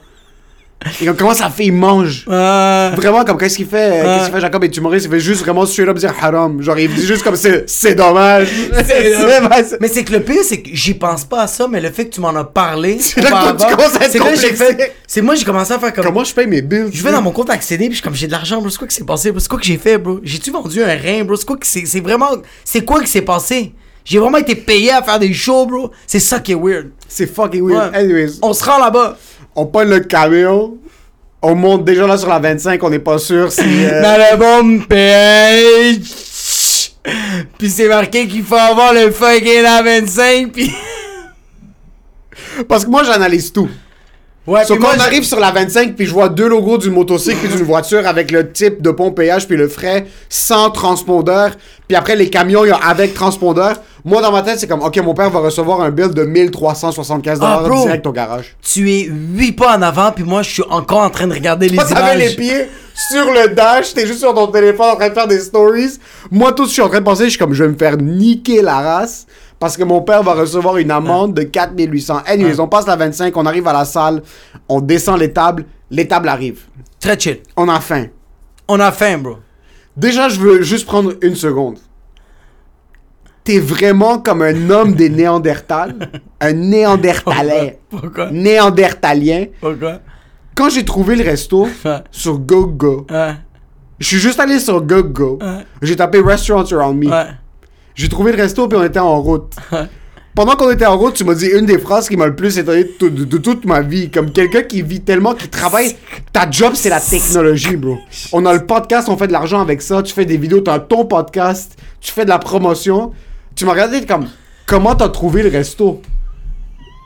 S2: Et comme, comment ça fait, il mange.
S3: Ah.
S2: Vraiment, comme, qu'est-ce qu'il fait, euh, qu'est-ce qu'il fait, Jacob, est humoriste, il fait juste vraiment straight up dire haram. Genre, il dit juste comme, c'est c'est dommage. dommage.
S3: Mais c'est que le pire, c'est que j'y pense pas à ça, mais le fait que tu m'en as parlé.
S2: C'est là que toi, tu
S3: auparavant,
S2: commences à être
S3: c'est que là, j'ai
S2: complexé.
S3: fait- C'est moi, j'ai commencé à faire comme.
S2: Comment je paye mes bills?
S3: Je vais dans mon compte accéder, puis je suis comme j'ai de l'argent, bro. C'est quoi qui s'est passé, bro? C'est quoi que j'ai fait, bro? J'ai-tu vendu un rein, bro? C'est quoi que c'est c'est vraiment. C'est quoi qui s'est passé? J'ai vraiment été payé à faire des shows, bro. C'est ça qui est weird.
S2: C'est fucking weird.
S3: Ouais.
S2: Anyways,
S3: On se rend là-bas.
S2: on pogne le camion, on monte déjà là sur la 25, on n'est pas sûr si. euh,
S3: Dans le bon page. Puis c'est marqué qu'il faut avoir le fucking A25, puis.
S2: Parce que moi, j'analyse tout.
S3: Ouais,
S2: So,
S3: puis
S2: quand
S3: moi,
S2: on
S3: je-
S2: arrive sur la 25 puis je vois deux logos d'une motocycle puis d'une voiture avec le type de pont péage puis le frais sans transpondeur puis après les camions il y a avec transpondeur moi dans ma tête c'est comme ok mon père va recevoir un bill de 1375
S3: Ah, bro.
S2: direct au garage
S3: tu es 8 pas en avant, puis moi, je suis encore en train de regarder les
S2: toi t'avais
S3: images.
S2: les pieds sur le dash t'es juste sur ton téléphone en train de faire des stories moi tout ce que je suis en train de penser je suis comme je vais me faire niquer la race parce que mon père va recevoir une amende de 4800 anyways on passe la 25 on arrive à la salle on descend les tables les tables arrivent
S3: Très chill.
S2: on a faim
S3: On a faim, bro.
S2: Déjà, je veux juste prendre une seconde. T'es vraiment comme un homme des Néandertals, un Néandertalais,
S3: Pourquoi?
S2: Néandertalien.
S3: Pourquoi?
S2: Quand j'ai trouvé le resto
S3: Ouais.
S2: sur GoGo,
S3: Ouais.
S2: je suis juste allé sur GoGo,
S3: Ouais.
S2: j'ai tapé Restaurants Around Me,
S3: Ouais.
S2: j'ai trouvé le resto puis on était en route. Pendant qu'on était en route, tu m'as dit une des phrases qui m'a le plus étonné de, tout- de- de toute ma vie. Comme quelqu'un qui vit tellement, qui travaille. Ta job, c'est la technologie, bro. On a le podcast, on fait de l'argent avec ça. Tu fais des vidéos, t'as ton podcast, tu fais de la promotion. Tu m'as regardé comme. Comment t'as trouvé le resto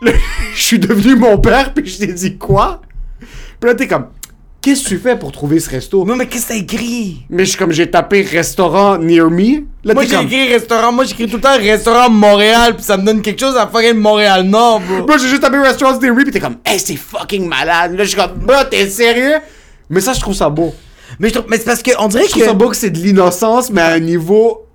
S2: Le- Je suis devenu mon père, puis je t'ai dit quoi Puis là, t'es comme. Qu'est-ce que tu fais pour trouver ce resto
S3: Mais, mais qu'est-ce que t'as écrit?
S2: Mais je suis comme, j'ai tapé restaurant near me. Là,
S3: Moi,
S2: t'es
S3: j'ai
S2: comme.
S3: écrit restaurant. Moi, j'écris tout le temps restaurant Montréal, puis ça me donne quelque chose à fucking Montréal-Nord, bro.
S2: Bro, j'ai juste tapé Restaurants Theory, pis t'es comme, hey, c'est fucking malade. Là, je suis comme, bro, t'es sérieux? Mais ça, je trouve ça beau.
S3: Mais, je trouve- mais c'est parce que on dirait
S2: Je trouve ça
S3: que.
S2: beau que c'est de l'innocence, mais à un niveau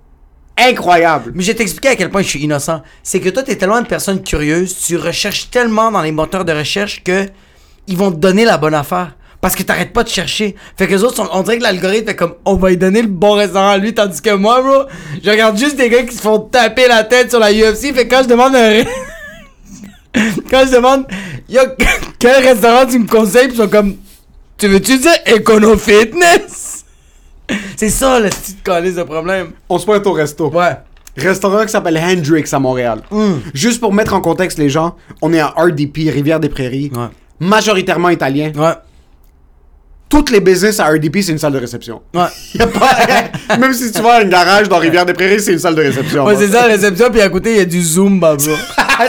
S2: incroyable.
S3: Mais je vais t'expliquer à quel point je suis innocent. C'est que toi, t'es tellement une personne curieuse, tu recherches tellement dans les moteurs de recherche que ils vont te donner la bonne affaire. Parce que t'arrêtes pas de chercher. Fait que les autres, sont- on dirait que l'algorithme est comme on va lui donner le bon restaurant à lui, tandis que moi, bro, je regarde juste des gars qui se font taper la tête sur la UFC. Fait que quand je demande un. re- quand je demande Yo, quel restaurant tu me conseilles, Pis ils sont comme Tu veux-tu dire Econo Fitness C'est ça le petit calice de problème.
S2: On se pointe ton resto.
S3: Ouais. Mm.
S2: Restaurant qui s'appelle Hendrix à Montréal. Juste pour mettre en contexte les gens, on est à RDP, Rivière-des-Prairies,
S3: Ouais.
S2: majoritairement italien.
S3: Ouais.
S2: Toutes les business à RDP, c'est une salle de réception.
S3: Ouais.
S2: Y a pas- Même si tu vois un garage dans Rivière-des-Prairies, c'est une salle de réception.
S3: Ouais,
S2: bro.
S3: c'est ça, la réception, puis à côté, il y a du Zumba, bro.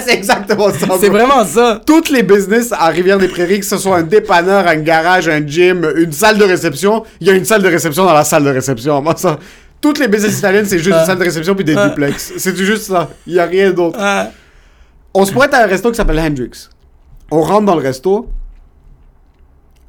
S2: c'est exactement ça.
S3: C'est
S2: bro.
S3: vraiment ça.
S2: Toutes les business à Rivière-des-Prairies, que ce soit un dépanneur, un garage, un gym, une salle de réception, il y a une salle de réception dans la salle de réception. Moi, ça- Toutes les business italiennes, c'est juste une salle de réception puis des
S3: Ah.
S2: duplex. C'est juste ça. Il y a rien d'autre.
S3: Ouais.
S2: On se pointe à un resto qui s'appelle Hendrix. On rentre dans le resto.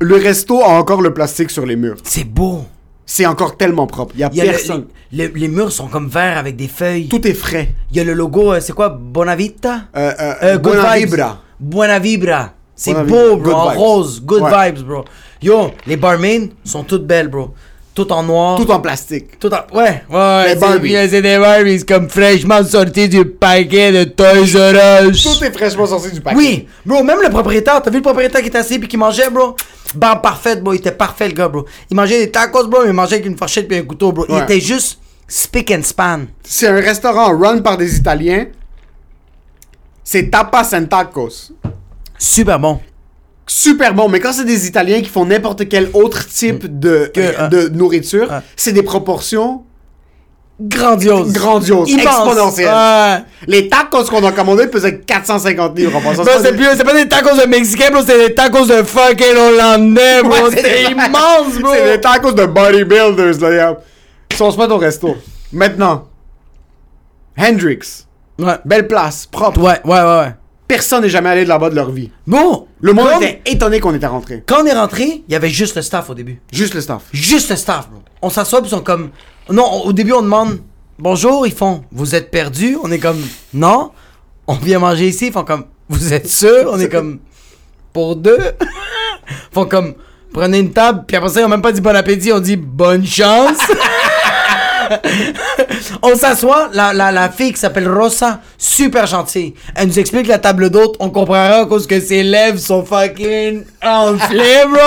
S2: Le resto a encore le plastique sur les murs.
S3: C'est beau.
S2: C'est encore tellement propre. Il y a
S3: Il y a le-
S2: personne.
S3: le- les murs sont comme verts avec des feuilles.
S2: Tout est frais.
S3: Il y a le logo, euh, c'est quoi Bonavita
S2: Euh, euh,
S3: Euh, Good
S2: Buena
S3: Vibes.
S2: Vibra.
S3: Buena Vibra. C'est
S2: Buena
S3: beau,
S2: Vibra.
S3: bro.
S2: Good
S3: en
S2: vibes.
S3: rose. Good
S2: Ouais.
S3: vibes, bro. Yo, les barmaids sont toutes belles, bro. Toutes en noir.
S2: Tout en plastique.
S3: Tout en- Ouais, ouais, ouais.
S2: Les
S3: c'est-
S2: Barbies.
S3: C'est des Barbies comme fraîchement sortis du paquet de Toys R Us.
S2: Tout est fraîchement sorti du paquet.
S3: Oui, bro, même le propriétaire, t'as vu le propriétaire qui était assis puis qui mangeait, bro? Barbe parfaite, bro, il était parfait, le gars, bro. Il mangeait des tacos, bro, mais il mangeait avec une fourchette puis un couteau, bro. Il
S2: Ouais.
S3: était juste spick and span.
S2: C'est un restaurant run par des Italiens. C'est tapas and tacos.
S3: Super bon.
S2: Super bon, mais quand c'est des Italiens qui font n'importe quel autre type de,
S3: Mm.
S2: euh,
S3: Que-
S2: de nourriture,
S3: Ah.
S2: c'est des proportions
S3: Grandiose.
S2: Grandiose.
S3: Immense.
S2: Exponentielle.
S3: Ouais.
S2: Les tacos qu'on a commandés pesaient 450 livres en passant.
S3: Bro, c'est plus- c'est pas des tacos de Mexicain, bro, c'est des tacos de fucking Hollandais, bro.
S2: Ouais,
S3: c'est
S2: des-
S3: immense, bro.
S2: C'est des tacos de bodybuilders, là, y'a. Ils sont pas ton resto. Maintenant, Hendrix.
S3: Ouais.
S2: Belle place, propre.
S3: Ouais, ouais, ouais, ouais.
S2: Personne n'est jamais allé de là-bas de leur vie.
S3: Bon,
S2: Le monde
S3: comme-
S2: était étonné qu'on était rentré.
S3: quand on est rentré, il y avait juste le staff au début.
S2: Juste le staff.
S3: Juste le staff, bro. On s'assoit, puis ils sont comme. Non, on- au début, on demande bonjour. Ils font vous êtes perdu. On est comme non. On vient manger ici. Ils font comme vous êtes sûr. On est comme pour deux. Ils font comme prenez une table. Puis après ça, ils ont même pas dit bon appétit. On dit bonne chance. on s'assoit. La, la, la fille qui s'appelle Rosa, super gentille. Elle nous explique la table d'hôte. On comprendra à cause que ses lèvres sont fucking enflées, bro.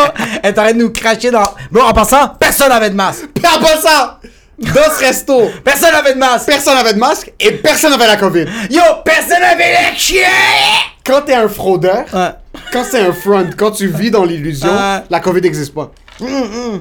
S3: Elle est en train de nous cracher dans. Bro, en passant, personne n'avait de masque.
S2: Puis en passant, dans ce resto,
S3: Personne n'avait de masque.
S2: personne n'avait de masque et personne n'avait la COVID.
S3: Yo, personne n'avait les chiens.
S2: Quand t'es un fraudeur, quand c'est un front, quand tu vis dans l'illusion,
S3: Ouais. Mm,
S2: la COVID n'existe pas.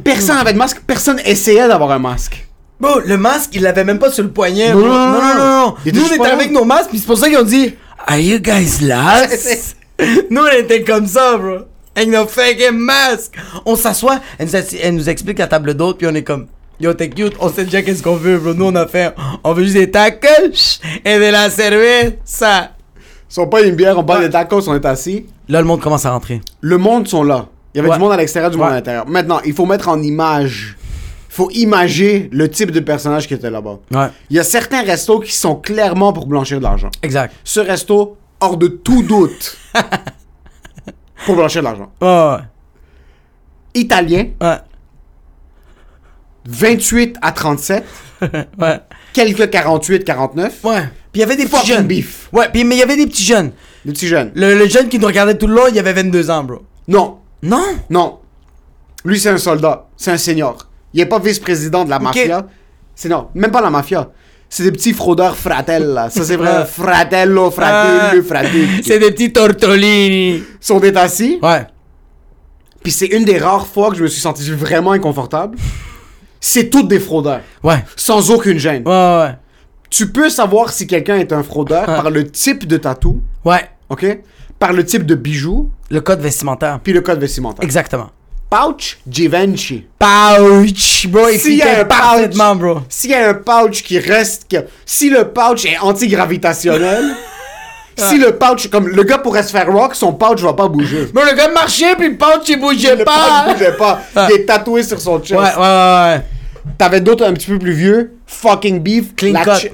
S2: Personne n'avait de masque, personne essayait d'avoir un masque.
S3: Bro, le masque, il l'avait même pas sur le poignet.
S2: Non,
S3: bro.
S2: non, non, non. Il était
S3: Nous, on
S2: juste
S3: était
S2: pas là.
S3: avec nos masques, puis c'est pour ça qu'ils ont dit Are you guys lost? Nous, on était comme ça, bro. Avec nos fucking masques. On s'assoit, elle nous, assi- elle nous explique la table d'hôte, puis on est comme. Yo, t'es cute, on sait déjà qu'est-ce qu'on veut, bro. Nous, on a fait, on veut juste des tacos et de la cerveza.
S2: Ils sont pas une bière, on parle
S3: Ouais.
S2: des tacos, on est assis.
S3: Là, le monde commence à rentrer.
S2: Le monde sont là. Il y avait
S3: Ouais.
S2: du monde à l'extérieur, du monde
S3: Ouais.
S2: à l'intérieur. Maintenant, il faut mettre en image. Il faut imager le type de personnage qui était là-bas.
S3: Ouais.
S2: Il y a certains restos qui sont clairement pour blanchir de l'argent.
S3: Exact.
S2: Ce resto, hors de tout doute, pour blanchir de l'argent.
S3: Ouais,
S2: Italien,
S3: ouais, ouais.
S2: 28 à 37,
S3: ouais.
S2: quelques 48, 49.
S3: Ouais. Puis il y avait des petits
S2: Fucking
S3: jeunes.
S2: beef.
S3: Ouais, puis mais il y avait des petits jeunes.
S2: Les petits jeunes.
S3: Le, le jeune qui nous regardait tout le long, il avait 22 ans, bro.
S2: Non,
S3: Non.
S2: non. Lui, c'est un soldat. C'est un senior. Il est pas vice-président de la mafia. C'est non, même pas la mafia. C'est des petits fraudeurs fratel, là. Ça, c'est
S3: Ouais.
S2: vrai. Fratello, fratello, fratello.
S3: Euh, C'est des petits tortolini.
S2: Ils sont des assis.
S3: Ouais.
S2: Puis c'est une des rares fois que je me suis senti vraiment inconfortable. C'est toutes des fraudeurs.
S3: Ouais.
S2: Sans aucune gêne.
S3: Ouais, ouais.
S2: Tu peux savoir si quelqu'un est un fraudeur par le type de tatou,
S3: Ouais.
S2: OK? Par le type de bijoux,
S3: Le code vestimentaire.
S2: puis le code vestimentaire.
S3: Exactement.
S2: Pouch Givenchy.
S3: Pouch, bro. Il
S2: S'il y a
S3: fitait
S2: un
S3: parfaitement,
S2: pouch,
S3: bro.
S2: S'il y a un pouch qui reste, que- si le pouch est antigravitationnel, si le pouch, comme le gars pourrait se faire rock, son pouch va pas bouger.
S3: Bro, le gars marchait, puis le pouch, il bougeait
S2: Le pouch bougeait pas. Il est tatoué sur son chest.
S3: Ah! Ouais, ouais, ouais.
S2: T'avais d'autres un petit peu plus vieux. Fucking beef.
S3: Clean
S2: la
S3: cut.
S2: ch-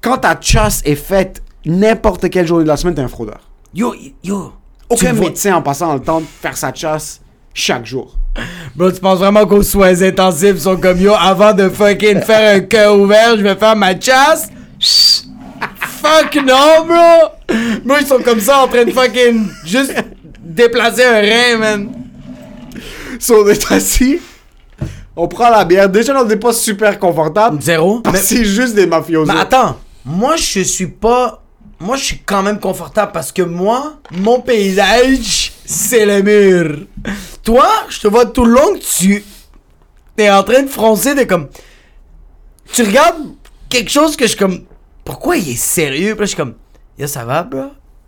S2: Quand ta chasse est faite, n'importe quelle journée de la semaine, t'es un fraudeur.
S3: Yo, yo.
S2: Aucun
S3: le vois-
S2: médecin en passant dans le temps de faire sa chasse, chaque jour.
S3: Bro, tu penses vraiment qu'aux soins intensifs sont comme yo avant de fucking faire un cœur ouvert, je vais faire ma chasse? Chut. Fuck non, bro! Moi, ils sont comme ça en train de fucking juste déplacer un rein, man.
S2: Si on est assis, on prend la bière. Déjà, on n'est pas super confortable.
S3: Zéro?
S2: Parce que c'est juste des mafiosos.
S3: Mais attends, moi je suis pas. Moi je suis quand même confortable parce que moi, mon paysage, c'est le mur. Toi, je te vois tout le long que tu. T'es en train de froncer, t'es comme. Tu regardes quelque chose que je suis comme. Pourquoi il est sérieux? Puis là, je suis comme. Yo, ça va, bro?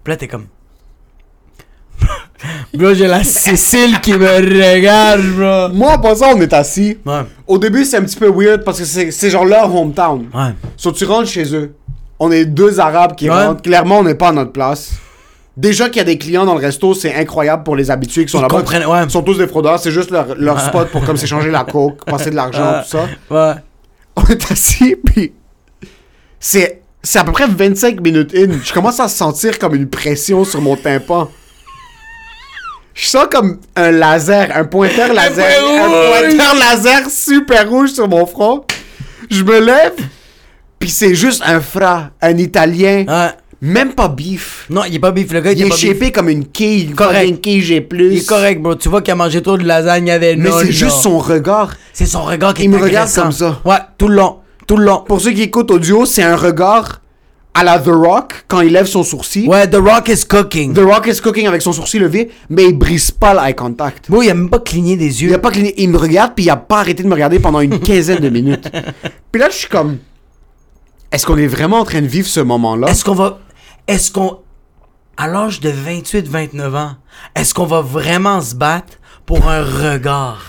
S3: Puis là, t'es comme. bro, j'ai la Cécile qui me regarde,
S2: Moi, en passant, on est assis.
S3: bro. Ouais.
S2: Au début, c'est un petit peu weird parce que c'est c'est genre leur hometown.
S3: Ouais.
S2: So, tu rentres chez eux. On est deux Arabes qui
S3: Ouais.
S2: rentrent. Clairement, on n'est pas à notre place. Déjà qu'il y a des clients dans le resto, c'est incroyable pour les habitués qui sont
S3: Ils
S2: là-bas.
S3: comprennent, ouais.
S2: Ils sont tous des fraudeurs. C'est juste leur, leur spot pour comme s'échanger la coke, passer de l'argent, tout ça.
S3: Ouais.
S2: on est assis, puis c'est, c'est à peu près 25 minutes in. Je commence à sentir comme une pression sur mon tympan. Je sens comme un laser, un pointeur laser,
S3: point
S2: un
S3: rouge.
S2: pointeur laser super rouge sur mon front. Je me lève, puis c'est juste un fra, un italien,
S3: Ouais.
S2: même pas beef.
S3: Non, il est pas bif, le gars, Ah. il,
S2: Il
S3: est
S2: est
S3: pas beef.
S2: shapé comme une quille,
S3: Correct.
S2: comme une quille j'ai plus.
S3: Il est correct, bro. Tu vois qu'il a mangé trop de lasagne avec
S2: Mais
S3: non,
S2: c'est
S3: non.
S2: juste son regard.
S3: C'est son regard qui
S2: Il
S3: est
S2: me regarde
S3: agressant.
S2: comme ça.
S3: Ouais, tout le long. Tout le long.
S2: Pour ceux qui écoutent audio, c'est un regard à la The Rock quand il lève son sourcil.
S3: Ouais, The Rock is cooking.
S2: The Rock is cooking avec son sourcil levé, mais il brise pas l'eye contact.
S3: Bro, il a même pas cligné des
S2: Il
S3: yeux.
S2: a pas cligné- il me regarde puis il a pas arrêté de me regarder pendant une quinzaine de minutes. Puis là, je suis comme, est-ce qu'on est vraiment en train de vivre ce moment-là
S3: Est-ce qu'on va. Est-ce qu'on. À l'âge de 28-29 ans, est-ce qu'on va vraiment se battre pour un regard?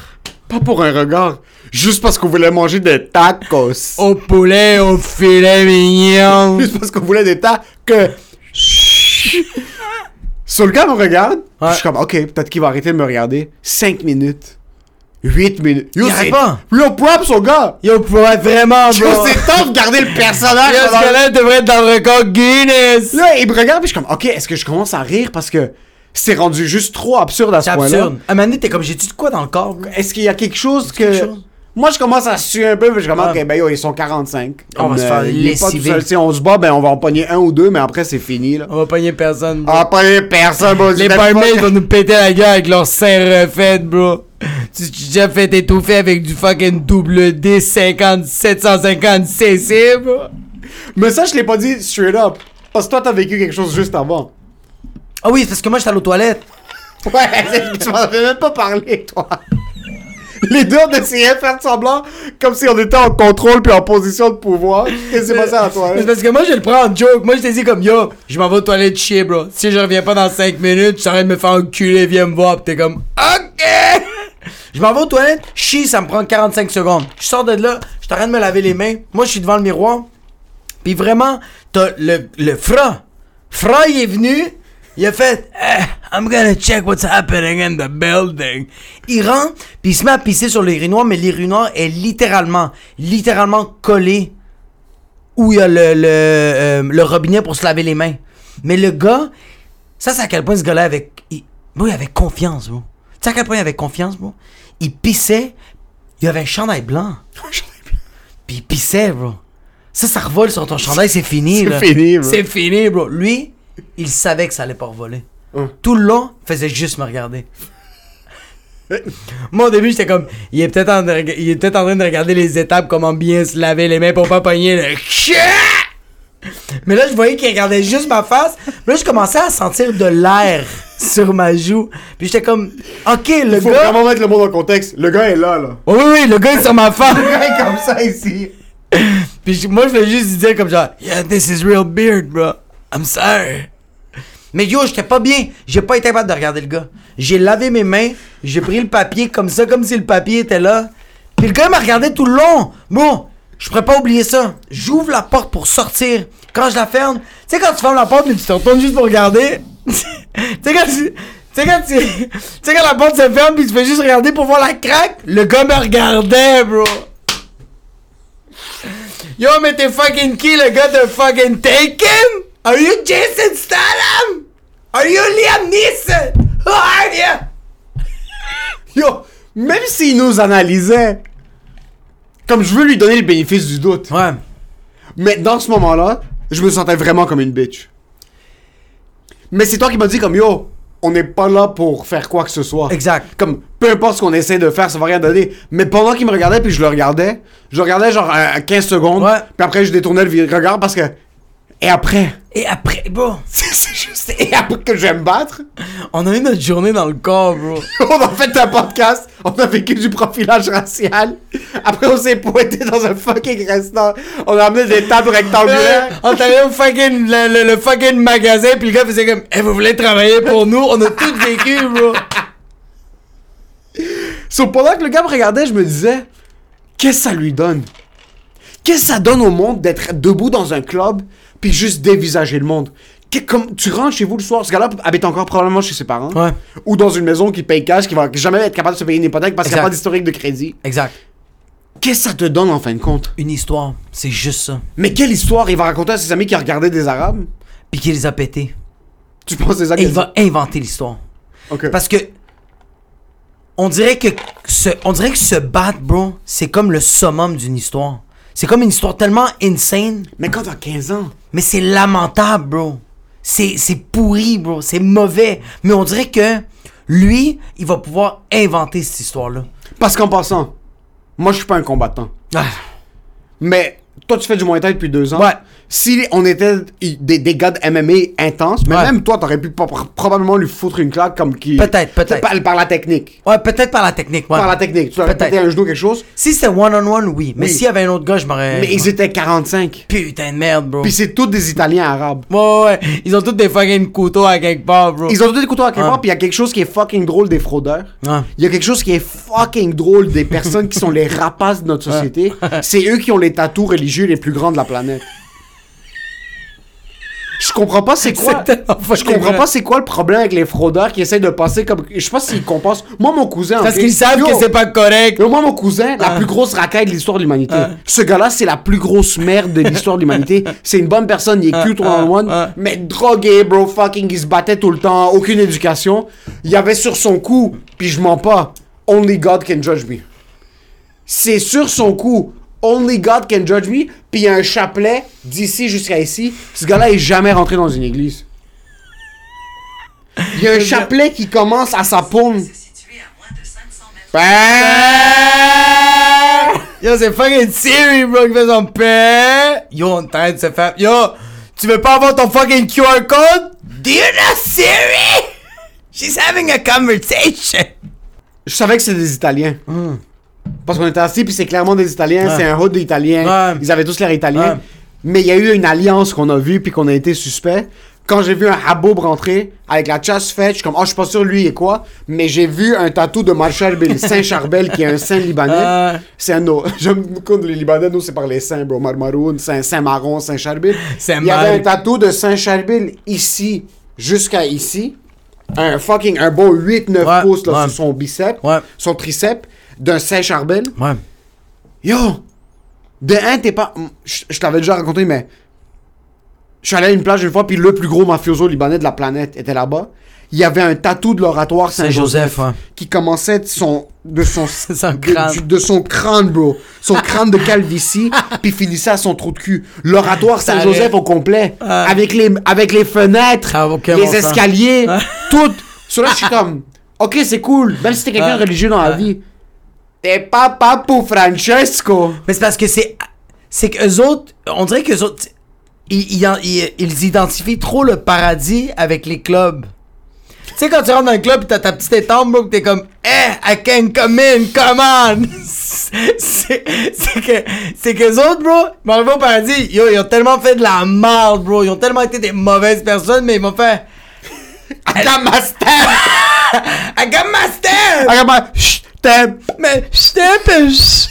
S2: Pas pour un regard, juste parce qu'on voulait manger des tacos,
S3: Au poulet, au filet mignon.
S2: juste parce qu'on voulait des tacos. Sur le gars me regarde, puis je suis comme, ok, peut-être qu'il va arrêter de me regarder. 5 minutes, 8 minutes. Yo,
S3: Il arrête
S2: c'est-
S3: pas.
S2: Yo, props au gars.
S3: Yo, pour être vraiment,
S2: Yo,
S3: bro.
S2: c'est temps de garder le personnage.
S3: Yo, ce
S2: pendant-
S3: gars-là devrait être dans le record Guinness.
S2: Là, il me regarde, puis je suis comme, ok, est-ce que je commence à rire parce que c'est rendu juste trop absurde à ce
S3: C'est
S2: point-là?
S3: absurde. À un moment donné, t'es comme, j'ai-tu de quoi dans le corps? bro?
S2: Est-ce qu'il y a quelque chose que.
S3: quelque chose?
S2: Moi, je commence à suer un peu, puis je commence,
S3: Ouais.
S2: ok, ben yo, ils sont 45.
S3: On va se faire
S2: il est pas tout
S3: lessiver.
S2: seul. Si on se bat, ben on va en pogner un ou deux, mais après, c'est fini, là. Ah,
S3: On va pogner personne. bro.
S2: On va pogner personne, bon,
S3: Les barmaids vont nous péter la gueule avec leur serre refaite, bro. Tu t'es déjà fait étouffer avec du fucking double D 50 750 CC, bro.
S2: Mais ça, je l'ai pas dit straight up. Parce que toi, t'as vécu quelque chose juste avant.
S3: Ah oui, c'est parce que moi j'étais allé aux toilettes.
S2: Ouais, c'est- tu m'en avais même pas parlé, toi. Les deux, on essayait de faire semblant comme si on était en contrôle puis en position de pouvoir. Qu'est-ce qui s'est passé à toi? hein?
S3: Mais C'est parce que moi je le prends en joke. Moi je t'ai dit comme yo, je m'en vais aux toilettes chier, bro. Si je reviens pas dans 5 minutes, je suis en train de me faire enculer, viens me voir. Pis t'es comme OK! Je m'en vais aux toilettes, chier, ça me prend 45 secondes. Je sors de là, je suis en train de me laver les mains. Moi je suis devant le miroir. Puis vraiment, t'as le, le Fra. Fra, il est venu, il a fait Eh, I'm gonna check what's happening in the building. Il rentre, puis il se met à pisser sur les noir, mais l'urinoir est littéralement, littéralement collé où il y a le, le, euh, le robinet pour se laver les mains. Mais le gars, ça, c'est à quel point ce gars-là avait, il, bro, il avait confiance, bro. Tu sais à quel point il avait confiance, bro? Il pissait, il avait un chandail blanc. Puis il pissait, bro. Ça, ça revole sur ton chandail, c'est fini.
S2: c'est
S3: là.
S2: fini, bro.
S3: C'est fini, bro. Lui, il savait que ça allait pas revoler.
S2: Hum.
S3: Tout le long, il faisait juste me regarder. Moi, au début, j'étais comme, il est peut-être en, de rega- il est peut-être en train de regarder les étapes, comment bien se laver les mains pour pas pogner le chien. Mais là, je voyais qu'il regardait juste ma face. Puis Là, je commençais à sentir de l'air sur ma joue. Puis j'étais comme, OK, le
S2: Faut
S3: gars.
S2: vraiment mettre le monde en contexte. Le gars est là, là.
S3: Oui, oui, le gars est sur ma face.
S2: Le gars est comme ça ici.
S3: Puis je- moi, je voulais juste lui dire comme genre, Yeah, this is real beard, bro. I'm sorry. Mais yo, j'étais pas bien. J'ai pas été capable de regarder le gars. J'ai lavé mes mains, j'ai pris le papier comme ça, comme si le papier était là. Puis le gars m'a regardé tout le long. Bon, je pourrais pas oublier ça. J'ouvre la porte pour sortir. Quand je la ferme, tu sais, quand tu fermes la porte, mais tu te retournes juste pour regarder. tu sais, quand tu. Tu sais, quand, tu... tu sais, quand la porte se ferme, puis tu fais juste regarder pour voir la craque, le gars me regardait, bro. Yo, mais t'es fucking qui, le gars de fucking Taken? Are you Jason Statham? Are you Liam Neeson? Who are you?
S2: Yo, même s'il nous analysait, comme je veux lui donner le bénéfice du doute,
S3: Ouais.
S2: mais dans ce moment-là, je me sentais vraiment comme une bitch. Mais c'est toi qui m'as dit comme yo, on n'est pas là pour faire quoi que ce soit.
S3: Exact.
S2: Comme peu importe ce qu'on essaie de faire, ça va rien donner. Mais pendant qu'il me regardait, puis je le regardais, je le regardais genre à 15 secondes,
S3: Ouais.
S2: puis après je détournais le vi- regard parce que. Et après
S3: Et après, bro,
S2: C'est juste. Et après que je vais me battre
S3: on a eu notre journée dans le corps, bro.
S2: On a fait un podcast, on a vécu du profilage racial. Après, on s'est pointé dans un fucking restaurant. On a amené des tables
S3: Ah,
S2: rectangulaires.
S3: Euh, On t'allait au fucking, le, le- le fucking magasin, puis le gars faisait comme, eh, vous voulez travailler pour nous? On a tout vécu, bro.
S2: So, pendant que le gars me regardait, je me disais, qu'est-ce que ça lui donne Qu'est-ce que ça donne au monde d'être debout dans un club puis juste dévisager le monde Que- comme, Tu rentres chez vous le soir, ce gars-là habite encore probablement chez ses parents.
S3: Ouais.
S2: Ou dans une maison qui paye cash, qui va jamais être capable de se payer une hypothèque parce qu'il n'y a
S3: Exact.
S2: pas d'historique de crédit.
S3: Exact.
S2: Qu'est-ce que ça te donne en fin de compte
S3: Une histoire, c'est juste ça.
S2: Mais quelle histoire il va raconter à ses amis qui regardaient des Arabes
S3: Puis qu'il les a pétés.
S2: Tu penses des
S3: Et
S2: Arabes
S3: il va inventer l'histoire.
S2: Ok.
S3: Parce que on dirait que ce, on dirait que se battre, bro, c'est comme le summum d'une histoire. C'est comme une histoire tellement insane,
S2: Mais quand t'as 15 ans,
S3: mais c'est lamentable, bro. C'est c'est pourri, bro. C'est mauvais. Mais on dirait que lui, il va pouvoir inventer cette histoire-là.
S2: parce qu'en passant, moi je suis pas un combattant. Mais toi, tu fais du Muay Thai depuis deux ans.
S3: Ouais.
S2: Si on était des, des gars de MMA intenses, mais
S3: Ouais.
S2: même toi, t'aurais pu pro- probablement lui foutre une claque comme qui.
S3: Peut-être, peut-être.
S2: Par, par la technique.
S3: Ouais, peut-être par la technique. ouais.
S2: Par la technique. Tu aurais
S3: Peut-être.
S2: pété un genou, quelque chose.
S3: Si c'était one-on-one, oui. Mais
S2: Oui.
S3: s'il y avait un autre gars, je m'aurais.
S2: Mais ils étaient 45.
S3: Putain de merde, bro.
S2: Puis c'est tous des Italiens arabes.
S3: Ouais, ouais, ouais. Ils ont tous des fucking couteaux à quelque part, bro.
S2: Ils ont tous des couteaux à quelque
S3: Ouais.
S2: part, puis il y a quelque chose qui est fucking drôle des fraudeurs.
S3: Ouais.
S2: Il y a quelque chose qui est fucking drôle des personnes qui sont les rapaces de notre société. C'est eux qui ont les tatous religieux les plus grands de la planète. Je comprends pas c'est quoi.
S3: C'est tellement
S2: Je comprends pas c'est quoi le problème avec les fraudeurs qui essayent de passer comme. Je sais pas s'ils compensent. Moi mon cousin.
S3: Parce
S2: ok,
S3: qu'ils savent
S2: yo,
S3: que c'est pas correct.
S2: yo, moi mon cousin,
S3: Ah.
S2: la plus grosse racaille de l'histoire de l'humanité. Ce gars-là c'est la plus grosse merde de l'histoire de l'humanité. C'est une bonne personne, il est cute one on one,
S3: ah.
S2: mais drogué bro fucking, il se battait tout le temps, aucune éducation. Il y avait sur son cou, puis je mens pas. Only God can judge me. C'est sur son cou. Only God can judge me. Puis il y a un chapelet d'ici jusqu'à ici. Ce gars-là est jamais rentré dans une église. Il y a un chapelet qui commence à sa paume. Ben-
S3: Yo, c'est fucking Siri, bro, qui fait son père. Yo, on est en train de se faire. Yo, tu veux pas avoir ton fucking QR code? Do you know Siri? She's having a conversation.
S2: Je savais que c'était des Italiens.
S3: Hmm.
S2: Parce qu'on était assis, puis c'est clairement des Italiens. C'est un hood italien.
S3: Ouais.
S2: Ils avaient tous l'air italiens.
S3: Ouais.
S2: Mais il y a eu une alliance qu'on a vue, puis qu'on a été suspect. Quand j'ai vu un Habob rentrer avec la chasse faite, je suis comme, oh, je suis pas sûr lui et quoi. Mais j'ai vu un tatou de Marshall Bill Saint-Charbel, qui est un saint libanais.
S3: Ouais.
S2: C'est un de nos. J'aime beaucoup les Libanais, nous, c'est par les saints, bro. Marmaroun, Saint- Saint-Maron, Saint-Charbel.
S3: Saint
S2: Il y avait
S3: Marc.
S2: un tatou de Saint-Charbel ici, jusqu'à ici. Un fucking, un bon 8-9
S3: Ouais,
S2: pouces, là,
S3: ouais.
S2: sur son bicep
S3: Ouais.
S2: son triceps d'un Saint-Charbel.
S3: Ouais.
S2: Yo! De un, t'es pas. Je, je t'avais déjà raconté, mais. Je suis allé à une plage une fois, puis le plus gros mafioso libanais de la planète était là-bas. Il y avait un tatou de l'oratoire Saint-Joseph
S3: Saint-Joseph, ouais.
S2: qui commençait de son. De son,
S3: son
S2: de-
S3: crâne.
S2: du- de son crâne, bro. Son crâne de calvitie, puis finissait à son trou de cul. L'oratoire
S3: Ça
S2: Saint-Joseph
S3: allait.
S2: au complet.
S3: Ah.
S2: Avec, les, avec les fenêtres,
S3: Ah, ok, bon
S2: les
S3: sang.
S2: escaliers, tout. Sur là, je suis comme. Ok, c'est cool. Même si t'es quelqu'un
S3: Ah.
S2: de religieux dans la vie. T'es pas Papo Francesco.
S3: Mais c'est parce que c'est. C'est qu'eux autres, on dirait qu'eux autres, ils, ils- ils- ils identifient trop le paradis avec les clubs. Tu sais, quand tu rentres dans un club pis t'as ta petite étampe, bro, pis t'es comme, eh, I can come in, come on! c'est c'est que, c'est qu'eux autres, bro, ils vont arriver au paradis, yo, ils ont tellement fait de la merde, bro, ils ont tellement été des mauvaises personnes, mais ils m'ont fait,
S2: Agamaster.
S3: I got my step!
S2: Agamaster.
S3: Mais, je t'aime, je-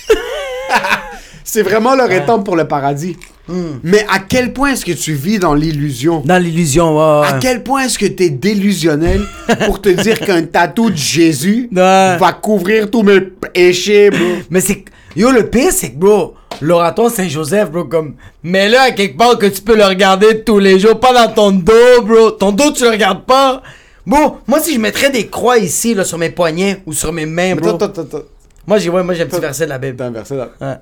S2: C'est vraiment leur étampe pour le paradis.
S3: Hmm.
S2: Mais à quel point est-ce que tu vis dans l'illusion?
S3: Dans l'illusion, ouais,
S2: À
S3: ouais.
S2: quel point est-ce que t'es délusionnel pour te dire qu'un tatou de Jésus
S3: Ouais.
S2: va couvrir tous mes péchés, bro?
S3: Mais c'est. Yo, le pire, c'est que, bro, l'oraton Saint-Joseph, bro, comme. Mais là, à quelque part que tu peux le regarder tous les jours, pas dans ton dos, bro. Ton dos, tu le regardes pas. Bon, moi, si je mettrais des croix ici, là, sur mes poignets ou sur mes mains,
S2: Mais
S3: bro.
S2: toi, toi, toi, toi,
S3: Moi, j'ai ouais, moi, j'ai un petit
S2: toi-
S3: verset de la Bible.
S2: t'as un verset là.
S3: Ouais.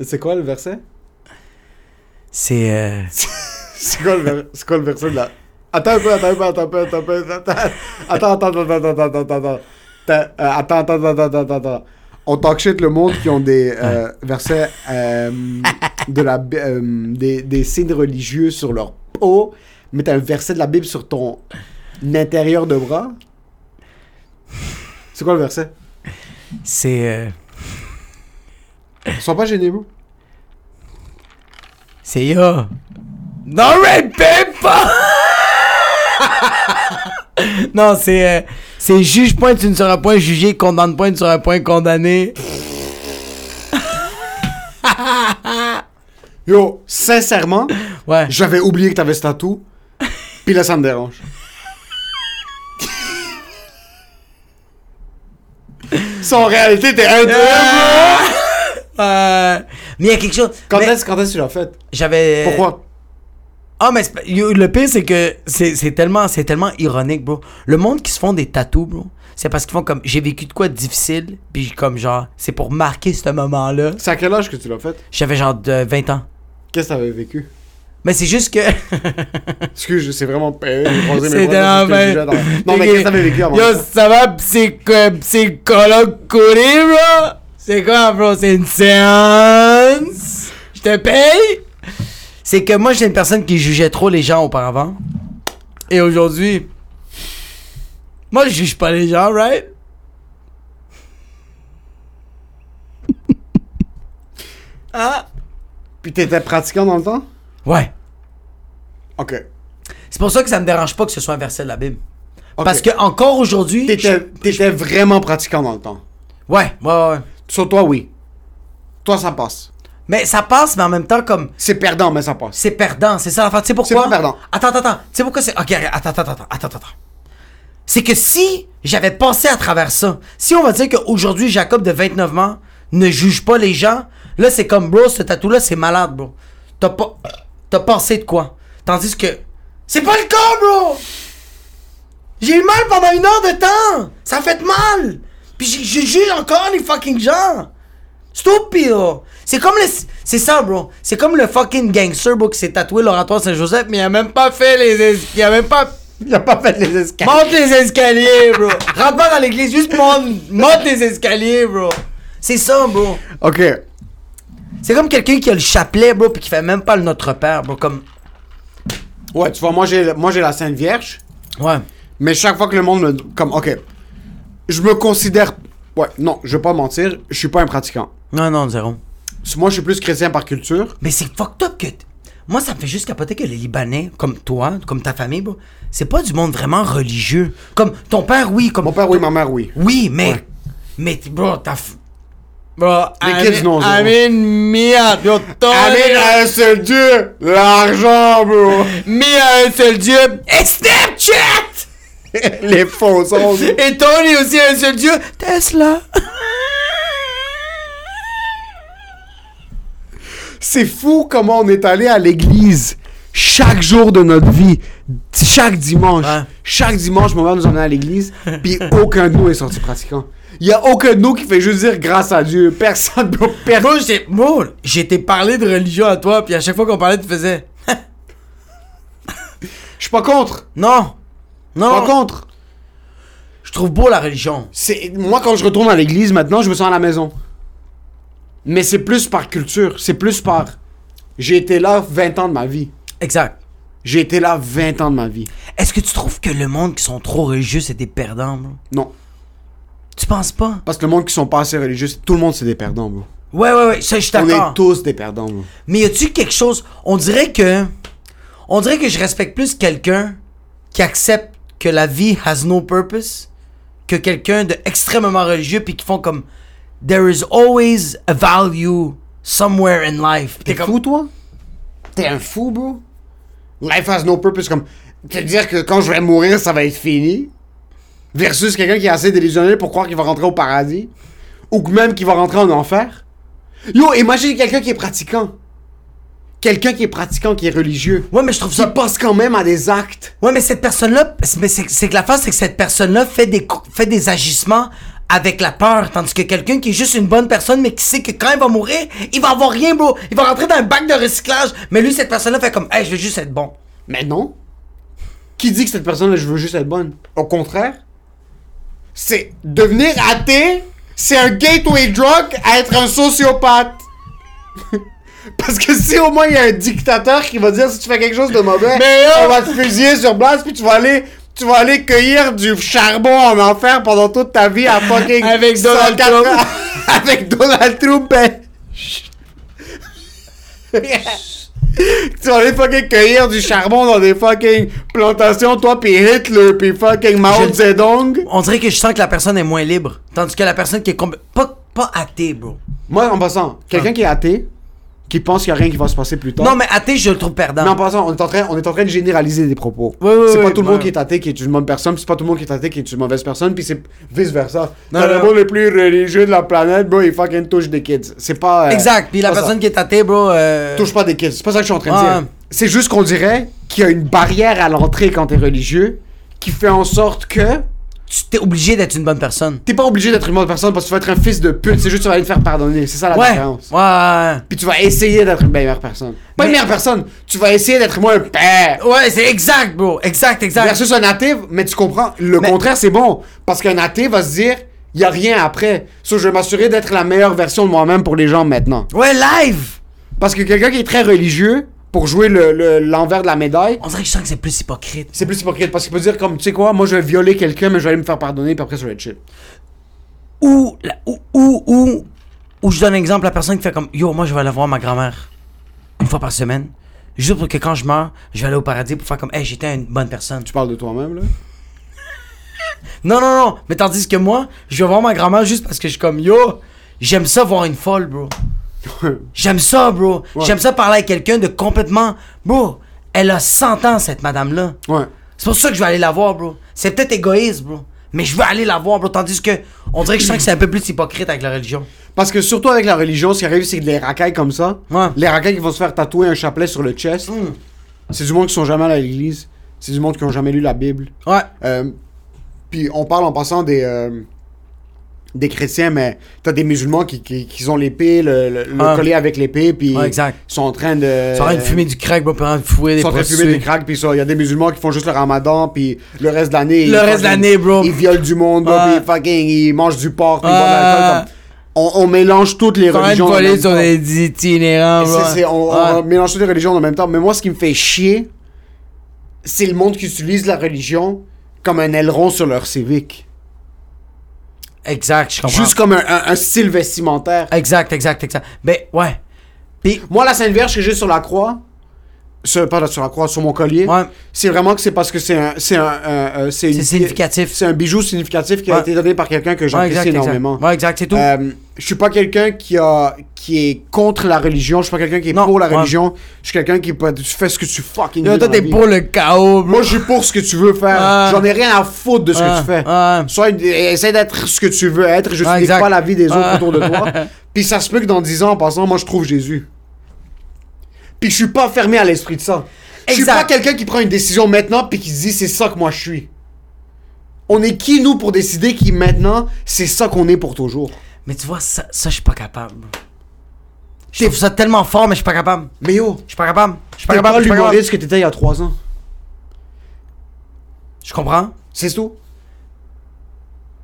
S2: Et C'est quoi le verset
S3: C'est. euh,
S2: C'est quoi le, ver- c'est quoi le verset de la. Attends un peu, attends un peu, attends un peu, attends un peu. Attends, attends, attends, attends, attends, attends, attends, attends. T'as- euh, attends, attends, attends, attends, attends, attends. On talk shit le monde qui ont des euh, versets euh, de la, Bi- euh, des, des signes religieux sur leur peau, mais t'as un verset de la Bible sur ton intérieur de bras. C'est quoi le verset
S3: C'est. euh,
S2: Sois pas gêné, vous.
S3: C'est ya. Non, rape pas! non, c'est. euh, c'est juge point, tu ne seras point jugé, condamne point, tu seras point condamné.
S2: Yo, sincèrement,
S3: Ouais.
S2: j'avais oublié que t'avais ce tatou, puis là ça me dérange. Ça, en réalité, t'es un de
S3: Euh, mais il y a quelque chose.
S2: Quand
S3: mais Euh.
S2: est-ce quand est-ce que tu l'as fait
S3: J'avais.
S2: Pourquoi
S3: Ah, mais c'est pas- yo, le pire, c'est que c'est c'est tellement, c'est tellement ironique, bro. Le monde qui se font des tatous, bro, c'est parce qu'ils font comme j'ai vécu de quoi de difficile, puis comme genre, c'est pour marquer ce moment-là.
S2: C'est à quel âge que tu l'as fait
S3: J'avais genre de 20 ans.
S2: Qu'est-ce que t'avais vécu
S3: Mais c'est juste que.
S2: Excuse, c'est vraiment payé de croiser mes
S3: C'est
S2: bras parce que je te
S3: dans-
S2: jugeais dans- Non, mais qu'est-ce que t'avais vécu avant
S3: Yo,
S2: ça?
S3: ça va, psy- euh, psychologue courrier, bro? C'est quoi, bro? C'est une séance? Je te paye? C'est que moi, j'étais une personne qui jugeait trop les gens auparavant. Et aujourd'hui, moi, je juge pas les gens, right? ah?
S2: Puis t'étais pratiquant dans le temps
S3: Ouais.
S2: Ok.
S3: C'est pour ça que ça me dérange pas que ce soit un verset de la Bible.
S2: Ok.
S3: Parce que encore aujourd'hui.
S2: T'étais
S3: je-
S2: t'étais vraiment pratiquant dans le temps.
S3: Ouais, ouais, ouais. ouais.
S2: Sur toi, oui. Toi, ça passe.
S3: Mais ça passe, mais en même temps, comme.
S2: C'est perdant, mais ça passe.
S3: C'est perdant, c'est ça l'affaire. Tu sais pourquoi?
S2: C'est pas perdant.
S3: Attends, attends, attends. Tu sais pourquoi c'est. Ok, regarde, attends, attends, attends, attends, attends. C'est que si j'avais passé à travers ça, si on va dire qu'aujourd'hui, Jacob de 29 ans ne juge pas les gens, là, c'est comme, bro, ce tatou-là, c'est malade, bro. T'as pas. T'as pensé de quoi? Tandis que. C'est pas le cas, bro! J'ai eu mal pendant une heure de temps! Ça a fait mal! Puis j'ai- je juge encore les fucking gens! Stupido! C'est comme le. C'est ça, bro. C'est comme le fucking gangster, bro, qui s'est tatoué l'oratoire Saint-Joseph, mais il a même pas fait les. es- Il a même pas.
S2: Il a pas fait les escaliers.
S3: Monte les escaliers, bro! Rentre pas dans l'église, juste monte, monte les escaliers, bro! C'est ça, bro!
S2: Ok.
S3: C'est comme quelqu'un qui a le chapelet, bro, puis qui fait même pas le Notre Père, bro, comme.
S2: Ouais, tu vois, moi j'ai moi j'ai la Sainte Vierge,
S3: Ouais.
S2: mais chaque fois que le monde me comme OK. Je me considère ouais, non, je vais pas mentir, je suis pas un pratiquant.
S3: Non, non, zéro.
S2: Moi, je suis plus chrétien par culture.
S3: Mais c'est fucked up que. t- Moi, ça me fait juste capoter que les Libanais, comme toi, comme ta famille, bro, c'est pas du monde vraiment religieux. Comme ton père, oui, comme.
S2: Mon père oui, ma mère oui.
S3: Oui, mais. Mais, t- bro, t'as. f- Bro,
S2: Les
S3: I'm
S2: kids,
S3: in-
S2: non,
S3: I'm
S2: zéro.
S3: in me a- yo, ton-
S2: Amen à un seul Dieu, l'argent, bro.
S3: me a un seul dieu. Et uh, Snapchat!
S2: les faux sons.
S3: Et Tony aussi a un seul dieu. Tesla.
S2: C'est fou comment on est allé à l'église chaque jour de notre vie, d- chaque dimanche.
S3: Ouais.
S2: Chaque dimanche, mon père nous emmenait à l'église, puis aucun de nous est sorti pratiquant. Il y a aucun de nous qui fait juste dire grâce à Dieu. Personne, bro, personne.
S3: Bro, j'ai. Bro, j'ai t'ai parlé de religion à toi, puis à chaque fois qu'on parlait, tu faisais.
S2: Je suis pas contre.
S3: Non! Non!
S2: Pas contre.
S3: Je trouve beau la religion.
S2: C'est moi quand je retourne à l'église maintenant, je me sens à la maison. Mais c'est plus par culture, c'est plus par j'ai été là 20 ans de ma vie.
S3: Exact.
S2: J'ai été là 20 ans de ma vie.
S3: Est-ce que tu trouves que le monde qui sont trop religieux, c'est des perdants, bro?
S2: Non,
S3: Tu penses pas?
S2: parce que le monde qui sont pas assez religieux, c'est- tout le monde c'est des perdants, bro.
S3: Ouais, ouais, ouais, ça, je suis
S2: On est
S3: d'accord.
S2: tous des perdants, bro.
S3: Mais y a-tu quelque chose. On dirait que. On dirait que je respecte plus quelqu'un qui accepte que la vie has no purpose que quelqu'un de extrêmement religieux puis qui font comme. There is always a value somewhere in life. T'es
S2: T'es
S3: comme.
S2: fou toi T'es un fou, bro. Life has no purpose comme te dire que quand je vais mourir, ça va être fini versus quelqu'un qui est assez délusionnel pour croire qu'il va rentrer au paradis ou que même qu'il va rentrer en enfer. Yo, imagine quelqu'un qui est pratiquant. quelqu'un qui est pratiquant, qui est religieux,
S3: Ouais, mais je trouve
S2: qui
S3: ça.
S2: passe quand même à des actes.
S3: Ouais, mais cette personne-là, c'est- mais c'est c'est que la face, c'est que cette personne-là fait des, cou- fait des agissements avec la peur, tandis que quelqu'un qui est juste une bonne personne, mais qui sait que quand il va mourir, il va avoir rien, bro. Il va rentrer dans un bac de recyclage. Mais lui, cette personne-là fait comme, hey, je veux juste être bon.
S2: Mais non. Qui dit que cette personne, je veux juste être bonne Au contraire, c'est devenir athée, c'est un gateway drug à être un sociopathe. Parce que si au moins il y a un dictateur qui va dire si tu fais quelque chose de mauvais, on va te fusiller sur place puis tu vas aller tu vas aller cueillir du charbon en enfer pendant toute ta vie à fucking
S3: Avec Donald
S2: 104
S3: Trump.
S2: avec Donald Trump. ben. tu vas aller fucking cueillir du charbon dans des fucking plantations toi puis Hitler puis fucking Mao
S3: Je-
S2: Zedong.
S3: On dirait que je sens que la personne est moins libre, tandis que la personne qui est compl- pas, pas athée, bro.
S2: Moi, en passant, quelqu'un qui est athée, qui pense qu'il n'y a rien qui va se passer plus tard.
S3: Non, mais athée, je le trouve perdant.
S2: Mais en passant, on est en train, on est en train de généraliser des propos.
S3: Oui, oui,
S2: c'est pas
S3: oui,
S2: tout le
S3: ouais.
S2: monde qui est athée qui est une bonne personne, puis c'est pas tout le monde qui est athée qui est une mauvaise personne, puis c'est vice versa.
S3: Non,
S2: T'as
S3: non,
S2: le
S3: non.
S2: monde le plus religieux de la planète, bro, il fucking touche des kids. C'est pas. euh,
S3: exact. Puis la
S2: pas ça.
S3: personne qui est athée, bro. euh,
S2: Touche pas des kids. C'est pas ça que je suis en train de
S3: Ah,
S2: dire.
S3: ouais.
S2: C'est juste qu'on dirait qu'il y a une barrière à l'entrée quand t'es religieux qui fait en sorte que
S3: Tu t'es obligé d'être une bonne personne.
S2: t'es pas obligé d'être une bonne personne parce que tu vas être un fils de pute. C'est juste que tu vas aller te faire pardonner. C'est ça la
S3: Ouais.
S2: différence.
S3: Ouais.
S2: Puis tu vas essayer d'être une meilleure personne. Pas une
S3: Mais-
S2: meilleure personne, tu vas essayer d'être moins un père.
S3: Ouais, c'est exact, bro. Exact, exact.
S2: Versus un athée, mais tu comprends, le
S3: Mais-
S2: contraire c'est bon. Parce qu'un athée va se dire, il a rien après. So, je vais m'assurer d'être la meilleure version de moi-même pour les gens maintenant.
S3: Ouais, live.
S2: Parce que quelqu'un qui est très religieux, pour jouer le- le- l'envers de la médaille,
S3: On dirait que je sens que c'est plus hypocrite.
S2: c'est plus hypocrite. Parce qu'il peut dire, comme, tu sais quoi, moi je vais violer quelqu'un, mais je vais aller me faire pardonner, puis après je vais être chill.
S3: Ou, la- ou, ou, ou, ou je donne un exemple, la personne qui fait comme Yo, moi, je vais aller voir ma grand-mère une fois par semaine. Juste pour que quand je meurs, je vais aller au paradis pour faire comme Hey, j'étais une bonne personne.
S2: Tu parles de toi-même, là
S3: Non, non, non. Mais tandis que moi, je vais voir ma grand-mère juste parce que je suis comme Yo, j'aime ça voir une folle, bro. J'aime ça, bro. J'aime ça parler à quelqu'un de complètement. Bro, elle a 100 ans, cette madame-là.
S2: Ouais.
S3: C'est pour ça que je vais aller la voir, bro. C'est peut-être égoïste, bro. Mais je veux aller la voir, bro. Tandis que, on dirait que je sens que c'est un peu plus hypocrite avec la religion.
S2: Parce que surtout avec la religion, ce qui arrive, c'est que les racailles comme ça,
S3: Ouais.
S2: les racailles qui vont se faire tatouer un chapelet sur le chest, c'est du monde qui sont jamais allés à l'église, c'est du monde qui ont jamais lu la Bible.
S3: Ouais.
S2: Euh, puis on parle en passant des, euh, des chrétiens, mais t'as des musulmans qui, qui, qui ont l'épée, le, le, le
S3: Ah.
S2: collier avec l'épée, puis
S3: Ouais, exact.
S2: sont en train de.
S3: Ça aurait une fumée du crack, bro. Puis en fouer des
S2: Ils sont en train de Euh, fumer des
S3: prostituées.
S2: cracks, puis ça. Il y a des musulmans qui font juste le ramadan, puis le reste de l'année. ils
S3: Le reste
S2: fucking-
S3: de l'année, bro.
S2: Ils violent du monde, bro,
S3: Ouais.
S2: puis fucking, ils mangent du porc, puis ils
S3: Ouais.
S2: boivent de l'alcool, comme- On, on mélange toutes les
S3: Ils sont en train de
S2: religions. en
S3: voler
S2: même
S3: sur
S2: temps.
S3: des itinérants,
S2: Et
S3: bro.
S2: c'est- c'est- on, on
S3: Ouais.
S2: mélange toutes les religions en même temps. Mais moi, ce qui me fait chier, c'est le monde qui utilise la religion comme un aileron sur leur civique.
S3: Exact, je comprends.
S2: Juste comme un, un- un style vestimentaire.
S3: Exact, exact, exact. Ben, ouais. Puis,
S2: Moi, la Sainte Vierge que j'ai sur la croix, sur, pardon, sur la croix, sur mon collier,
S3: Ouais.
S2: c'est vraiment que c'est parce que c'est un, c'est un, un- un- c'est une-
S3: c'est significatif.
S2: c'est un bijou significatif qui a
S3: Ouais.
S2: été donné par quelqu'un que
S3: Ouais,
S2: j'apprécie
S3: exact, exact.
S2: énormément.
S3: Ouais, exact, c'est tout.
S2: Euh, je suis pas quelqu'un qui a qui est contre la religion. Je suis pas quelqu'un qui est
S3: Non,
S2: pour la
S3: ouais.
S2: religion. Je suis quelqu'un qui peut- tu fais ce que tu fucking
S3: Yo,
S2: veux
S3: toi,
S2: dans la
S3: t'es
S2: vie.
S3: pour le chaos, bro.
S2: Moi, je suis pour ce que tu veux faire.
S3: Ouais.
S2: J'en ai rien à foutre de ce que
S3: Ouais,
S2: tu fais.
S3: ouais.
S2: Sois une- essaie d'être ce que tu veux être. Je
S3: Ouais,
S2: n'utilise
S3: exact.
S2: pas la vie des autres
S3: Ouais.
S2: autour de toi. Puis ça se peut que dans 10 ans, en passant, moi, je trouve Jésus. Puis je suis pas fermé à l'esprit de ça. Je suis
S3: Exact.
S2: pas quelqu'un qui prend une décision maintenant puis qui se dit c'est ça que moi je suis. On est qui nous pour décider qui maintenant c'est ça qu'on est pour toujours.
S3: Mais tu vois, ça, ça je suis pas capable, bro. Je trouve ça tellement fort, mais je suis pas capable.
S2: Mais yo,
S3: Je suis pas capable. Je suis pas
S2: t'es pas
S3: capable. Je suis pas capable.
S2: l'humoriste que t'étais il y a 3 ans.
S3: Je comprends.
S2: C'est tout.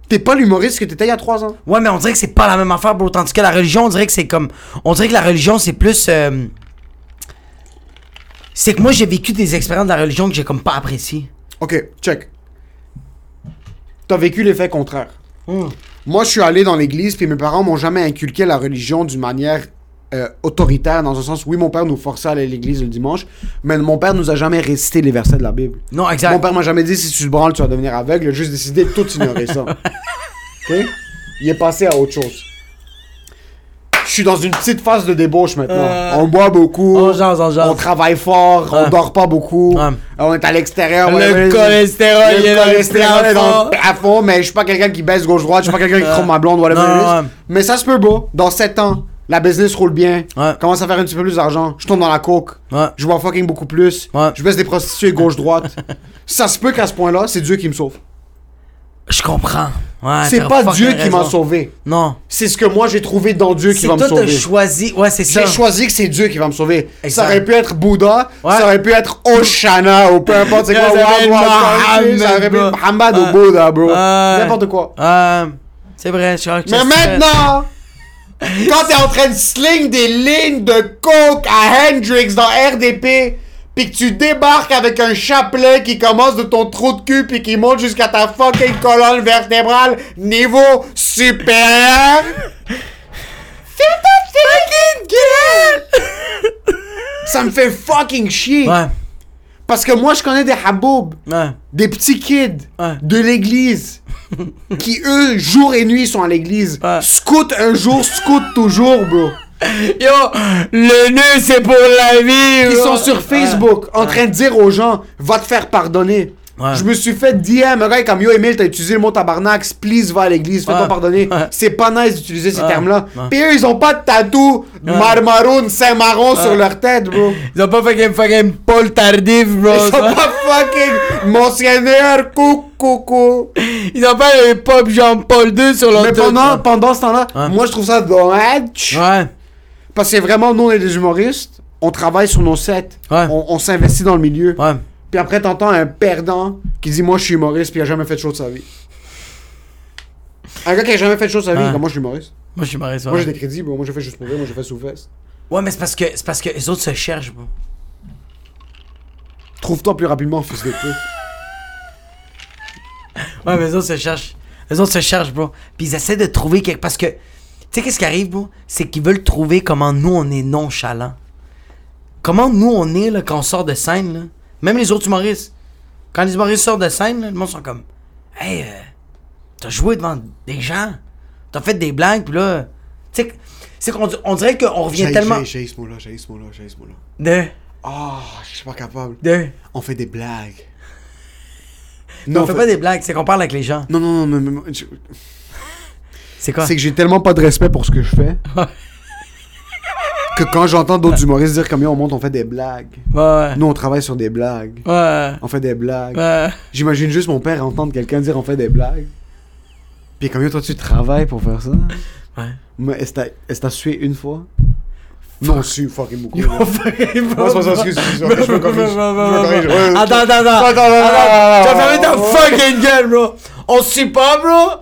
S2: T'es pas l'humoriste que t'étais il y a 3 ans.
S3: Ouais, mais on dirait que c'est pas la même affaire, bro. Tandis que la religion, on dirait que c'est comme. On dirait que la religion, c'est plus. euh, C'est que moi, j'ai vécu des expériences de la religion que j'ai comme pas appréciées.
S2: Ok, check. T'as vécu l'effet contraire. Moi, je suis allé dans l'église, puis mes parents m'ont jamais inculqué la religion d'une manière euh, autoritaire, dans un sens, oui, mon père nous forçait à aller à l'église le dimanche, mais mon père nous a jamais récité les versets de la Bible.
S3: Non, exact.
S2: Mon père m'a jamais dit, si tu te branles, tu vas devenir aveugle, il a juste décidé de tout ignorer ça. Ok? Il est passé à autre chose. Je suis dans une petite phase de débauche maintenant.
S3: Euh,
S2: On boit beaucoup,
S3: on jase, on jase.
S2: travaille fort, on
S3: Ouais.
S2: dort pas beaucoup, Euh,
S3: Ouais.
S2: on est à l'extérieur.
S3: Le
S2: ouais, ouais,
S3: cholestérol, il est
S2: le
S3: dans le
S2: cholestérol est dans
S3: plafond.
S2: le plafond, mais je suis pas quelqu'un qui baisse gauche-droite, je suis pas quelqu'un qui
S3: Euh,
S2: trompe ma blonde, whatever
S3: non,
S2: it is.
S3: non, non.
S2: Mais ça se peut, beau. Dans 7 ans, la business roule bien,
S3: Ouais.
S2: commence à faire un petit peu plus d'argent, je tombe dans la coke,
S3: Ouais.
S2: je vois fucking beaucoup plus,
S3: Ouais.
S2: je baisse des prostituées gauche-droite. ça se peut qu'à ce point-là, c'est Dieu qui me sauve.
S3: Je comprends. Ouais,
S2: c'est
S3: t'as
S2: pas
S3: fucking
S2: Dieu qui m'a
S3: raison.
S2: sauvé.
S3: Non.
S2: C'est ce que moi j'ai trouvé dans Dieu qui
S3: C'est
S2: va
S3: toi
S2: me
S3: t'as
S2: sauver.
S3: choisi. Ouais, c'est ça.
S2: J'ai choisi que c'est Dieu qui va me sauver.
S3: Exact.
S2: Ça aurait pu être Bouddha,
S3: Ouais.
S2: ça aurait pu être Oshana ou peu importe c'est
S3: Ça
S2: quoi.
S3: aurait
S2: Wahab,
S3: pu être
S2: Wahab,
S3: Mohammed,
S2: ça aurait pu
S3: bro.
S2: être Muhammad ou
S3: Ouais.
S2: Bouddha, bro.
S3: Ouais.
S2: N'importe quoi.
S3: Euh, c'est vrai, je crois que
S2: Mais
S3: c'est-
S2: maintenant, quand t'es en train de sling des lignes de coke à Hendrix dans RDP, pis que tu débarques avec un chapelet qui commence de ton trou de cul pis qui monte jusqu'à ta fucking colonne vertébrale niveau supérieur. Fais ta fucking gueule! Ça me fait fucking chier.
S3: Ouais,
S2: Parce que moi, je connais des haboubs
S3: ouais,
S2: des petits kids
S3: Ouais.
S2: de l'église qui eux jour et nuit sont à l'église
S3: Ouais.
S2: scout un jour scout toujours bro
S3: Yo, le nœud, c'est pour la vie.
S2: ils
S3: bro.
S2: sont sur Facebook en train de dire aux gens va te faire pardonner
S3: Ouais.
S2: je me suis fait DM un gars est comme yo Emile t'as utilisé le mot tabarnak please va à l'église fais-toi
S3: Ouais.
S2: pardonner
S3: Ouais.
S2: c'est pas nice d'utiliser ces
S3: Ouais.
S2: termes là
S3: Ouais.
S2: pis eux ils ont pas de tatou marmaroon saint marron sur leur tête bro
S3: Ils ont pas fucking fucking Paul Tardif, bro.
S2: ils sont pas fucking monseigneur coucou
S3: Ils ont pas le pop Jean-Paul II sur leur
S2: Mais
S3: dos.
S2: pendant, pendant ce temps-là,
S3: Ouais.
S2: moi je trouve ça dommage.
S3: Ouais,
S2: Parce que vraiment, nous on est des humoristes, on travaille sur nos sets,
S3: Ouais.
S2: on, on s'investit dans le milieu.
S3: ouais.
S2: Puis après, t'entends un perdant qui dit Moi je suis humoriste, puis il a jamais fait de show de sa vie. Un gars qui a jamais fait de show de sa vie,
S3: Ouais.
S2: il dit, Moi je suis humoriste.
S3: Moi, je suis marré, ça.
S2: Moi j'ai des crédits, bro. moi j'ai fait juste pour rire, moi j'ai fait sous fest
S3: Ouais, mais c'est parce que c'est parce que les autres se cherchent, bro.
S2: Trouve-toi plus rapidement, fils de pute.
S3: Ouais, mais les autres se cherchent. Les autres se cherchent, bro. Puis ils essaient de trouver quelque. Parce que. Tu sais, qu'est-ce qui arrive, bro? C'est qu'ils veulent trouver comment nous, on est nonchalants. Comment nous, on est, là, quand on sort de scène, là. Même les autres humoristes. Quand les humoristes sortent de scène, là, le monde sont comme. Hey, euh, t'as joué devant des gens. T'as fait des blagues, puis là. Tu sais, que- c'est qu'on di- on dirait qu'on revient
S2: J'ai-
S3: tellement.
S2: j'ai- J'ai ce mot-là, j'ai ce mot-là, j'ai ce mot-là.
S3: De.
S2: Ah, je suis pas capable.
S3: De.
S2: On fait des blagues.
S3: Non, on fait
S2: fait-
S3: pas des blagues, c'est qu'on parle avec les gens.
S2: Non, non, non, mais- mais- je-
S3: C'est quoi?
S2: c'est que j'ai tellement pas de respect pour ce que je fais que quand j'entends d'autres humoristes dire comme Yo, on monte, on fait des blagues.
S3: Ouais.
S2: Nous, on travaille sur des blagues.
S3: Ouais.
S2: On fait des blagues.
S3: Ouais.
S2: J'imagine juste mon père entendre quelqu'un dire on fait des blagues. Puis comme Yo, toi, tu travailles pour faire ça.
S3: Ouais.
S2: Mais est-ce que t'as- est-ce que t'as sué une fois Non, su fucking beaucoup. là.
S3: Yo, fucking
S2: Non, c'est pas ça, excuse, excuse, ok, je me corrige, je me corrige, ouais.
S3: Attends, attends, attends.
S2: Attends, attends,
S3: Attends, Tu vas fermer ta
S2: attends.
S3: fucking gueule, bro. On suit pas, bro.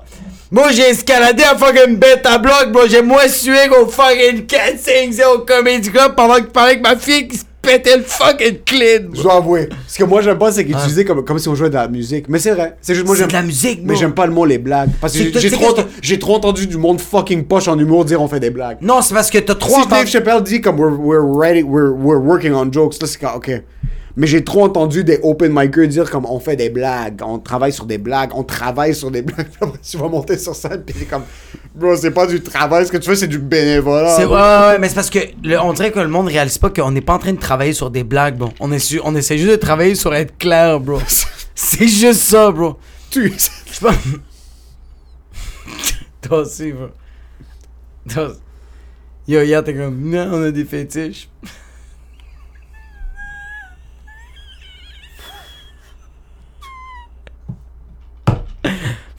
S3: Moi, j'ai escaladé un fucking bête à bloc, bro. J'ai moins sué qu'au fucking 4-5-0 Comedy Club pendant que je parlais avec ma fille qui se pétait le fucking clean,
S2: Je
S3: bro.
S2: dois avouer. Ce que moi, j'aime pas, c'est qu'utiliser comme, comme si on jouait de la musique. Mais c'est vrai. C'est juste moi,
S3: C'est
S2: j'aime.
S3: de la musique,
S2: Mais
S3: bro.
S2: j'aime pas le mot les blagues. Parce que
S3: C'est
S2: j'ai-
S3: tout-
S2: j'ai
S3: c'est
S2: trop,
S3: que-
S2: ent- j'ai trop entendu du monde fucking poche en humour dire on fait des blagues.
S3: Non, c'est parce que t'as trop
S2: si Dave Chappelle dit comme we're, we're ready, we're, we're working on jokes, là c'est quand, ok. Mais j'ai trop entendu des open micers dire comme on fait des blagues, on travaille sur des blagues, on travaille sur des blagues. Puis après, tu vas monter sur scène pis t'es comme, bro, c'est pas du travail, ce que tu fais c'est du bénévolat.
S3: C'est ouais, ouais, ouais, mais c'est parce que le- on dirait que le monde réalise pas qu'on n'est pas en train de travailler sur des blagues, bro. On, est su- on essaie juste de travailler sur être clair, bro. c'est juste ça, bro.
S2: Tu-
S3: Je sais pas. Toi aussi, bro. Toi aussi. Yo, hier, t'es comme, non, on a des fétiches.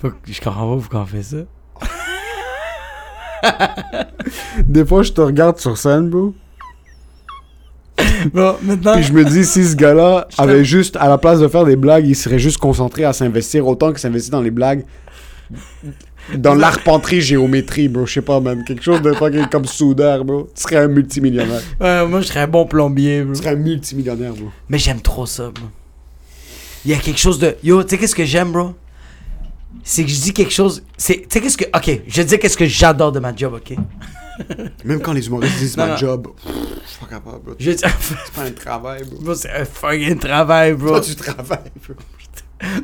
S3: Faut que- Je comprends pas pourquoi on fait ça.
S2: Des fois, je te regarde sur scène, bro.
S3: Bon, maintenant.
S2: Puis je me dis, si ce gars-là
S3: te-
S2: avait juste, à la place de faire des blagues, il serait juste concentré à s'investir autant que s'investit dans les blagues. Dans l'arpenterie géométrie, bro. Je sais pas, man. Quelque chose de fucking comme soudeur, bro. Tu serais un multimillionnaire.
S3: Ouais, moi, je serais un bon plombier, bro.
S2: Tu serais un multimillionnaire, bro.
S3: Mais j'aime trop ça, bro. Il y a quelque chose de. Yo, tu sais qu'est-ce que j'aime, bro? C'est que je dis quelque chose. c'est- Tu sais qu'est-ce que. Ok, je dis qu'est-ce que j'adore de ma job, ok?
S2: Même quand les humoristes disent
S3: Non,
S2: ma
S3: non.
S2: job, pff, je suis pas capable, bro.
S3: Je dis.
S2: C'est pas un travail, bro.
S3: bro, c'est un fucking travail, bro.
S2: Toi, tu travailles, bro.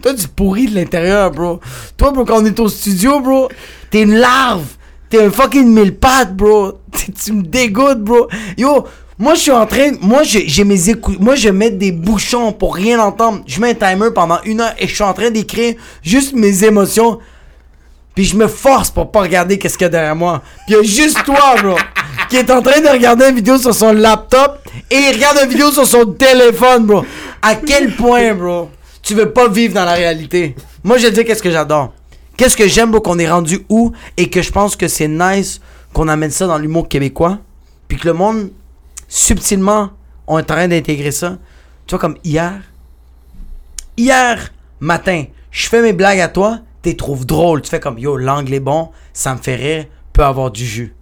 S3: Toi, tu pourris de l'intérieur, bro. Toi, bro, quand on est au studio, bro, t'es une larve. T'es un fucking mille pattes, bro. Tu- tu me dégoûtes, bro. Yo, moi, je suis en train. Moi, je- j'ai mes écoutes. Moi, je mets des bouchons pour rien entendre. Je mets un timer pendant une heure et je suis en train d'écrire juste mes émotions. Puis je me force pour pas regarder qu'est-ce qu'il y a derrière moi. Puis il y a juste toi, bro. qui est en train de regarder une vidéo sur son laptop et il regarde une vidéo sur son téléphone, bro. À quel point, bro, tu veux pas vivre dans la réalité? Moi, je te dis qu'est-ce que j'adore. Qu'est-ce que j'aime, bro, qu'on est rendu où et que je pense que c'est nice qu'on amène ça dans l'humour québécois. Puis que le monde, subtilement, on est en train d'intégrer ça. Tu vois, comme hier, hier matin, je fais mes blagues à toi, t'es trouves drôle. Tu fais comme yo, l'angle est bon, ça me fait rire, peut avoir du jus.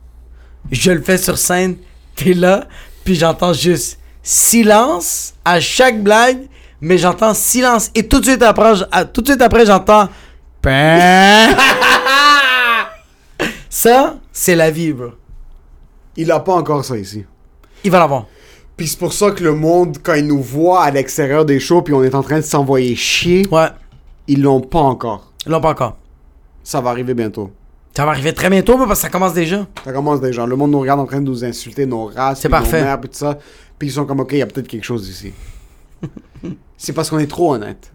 S3: Je le fais sur scène, t'es là, puis j'entends juste silence à chaque blague, mais j'entends silence. Et tout de suite après, j- à- tout de suite après j'entends Pain. Ça, c'est la vie, bro.
S2: Il a pas encore ça ici.
S3: Il va l'avoir.
S2: Puis c'est pour ça que le monde, quand il nous voit à l'extérieur des shows, puis on est en train de s'envoyer chier,
S3: Ouais,
S2: ils l'ont pas encore.
S3: ils l'ont pas encore.
S2: Ça va arriver bientôt.
S3: Ça va arriver très bientôt, bro, parce que ça commence déjà.
S2: Ça commence déjà. Le monde nous regarde en train de nous insulter, nos races,
S3: C'est
S2: puis nos
S3: parfait.
S2: mères, puis tout ça. Puis ils sont comme, OK, il y a peut-être quelque chose ici. c'est parce qu'on est trop honnête.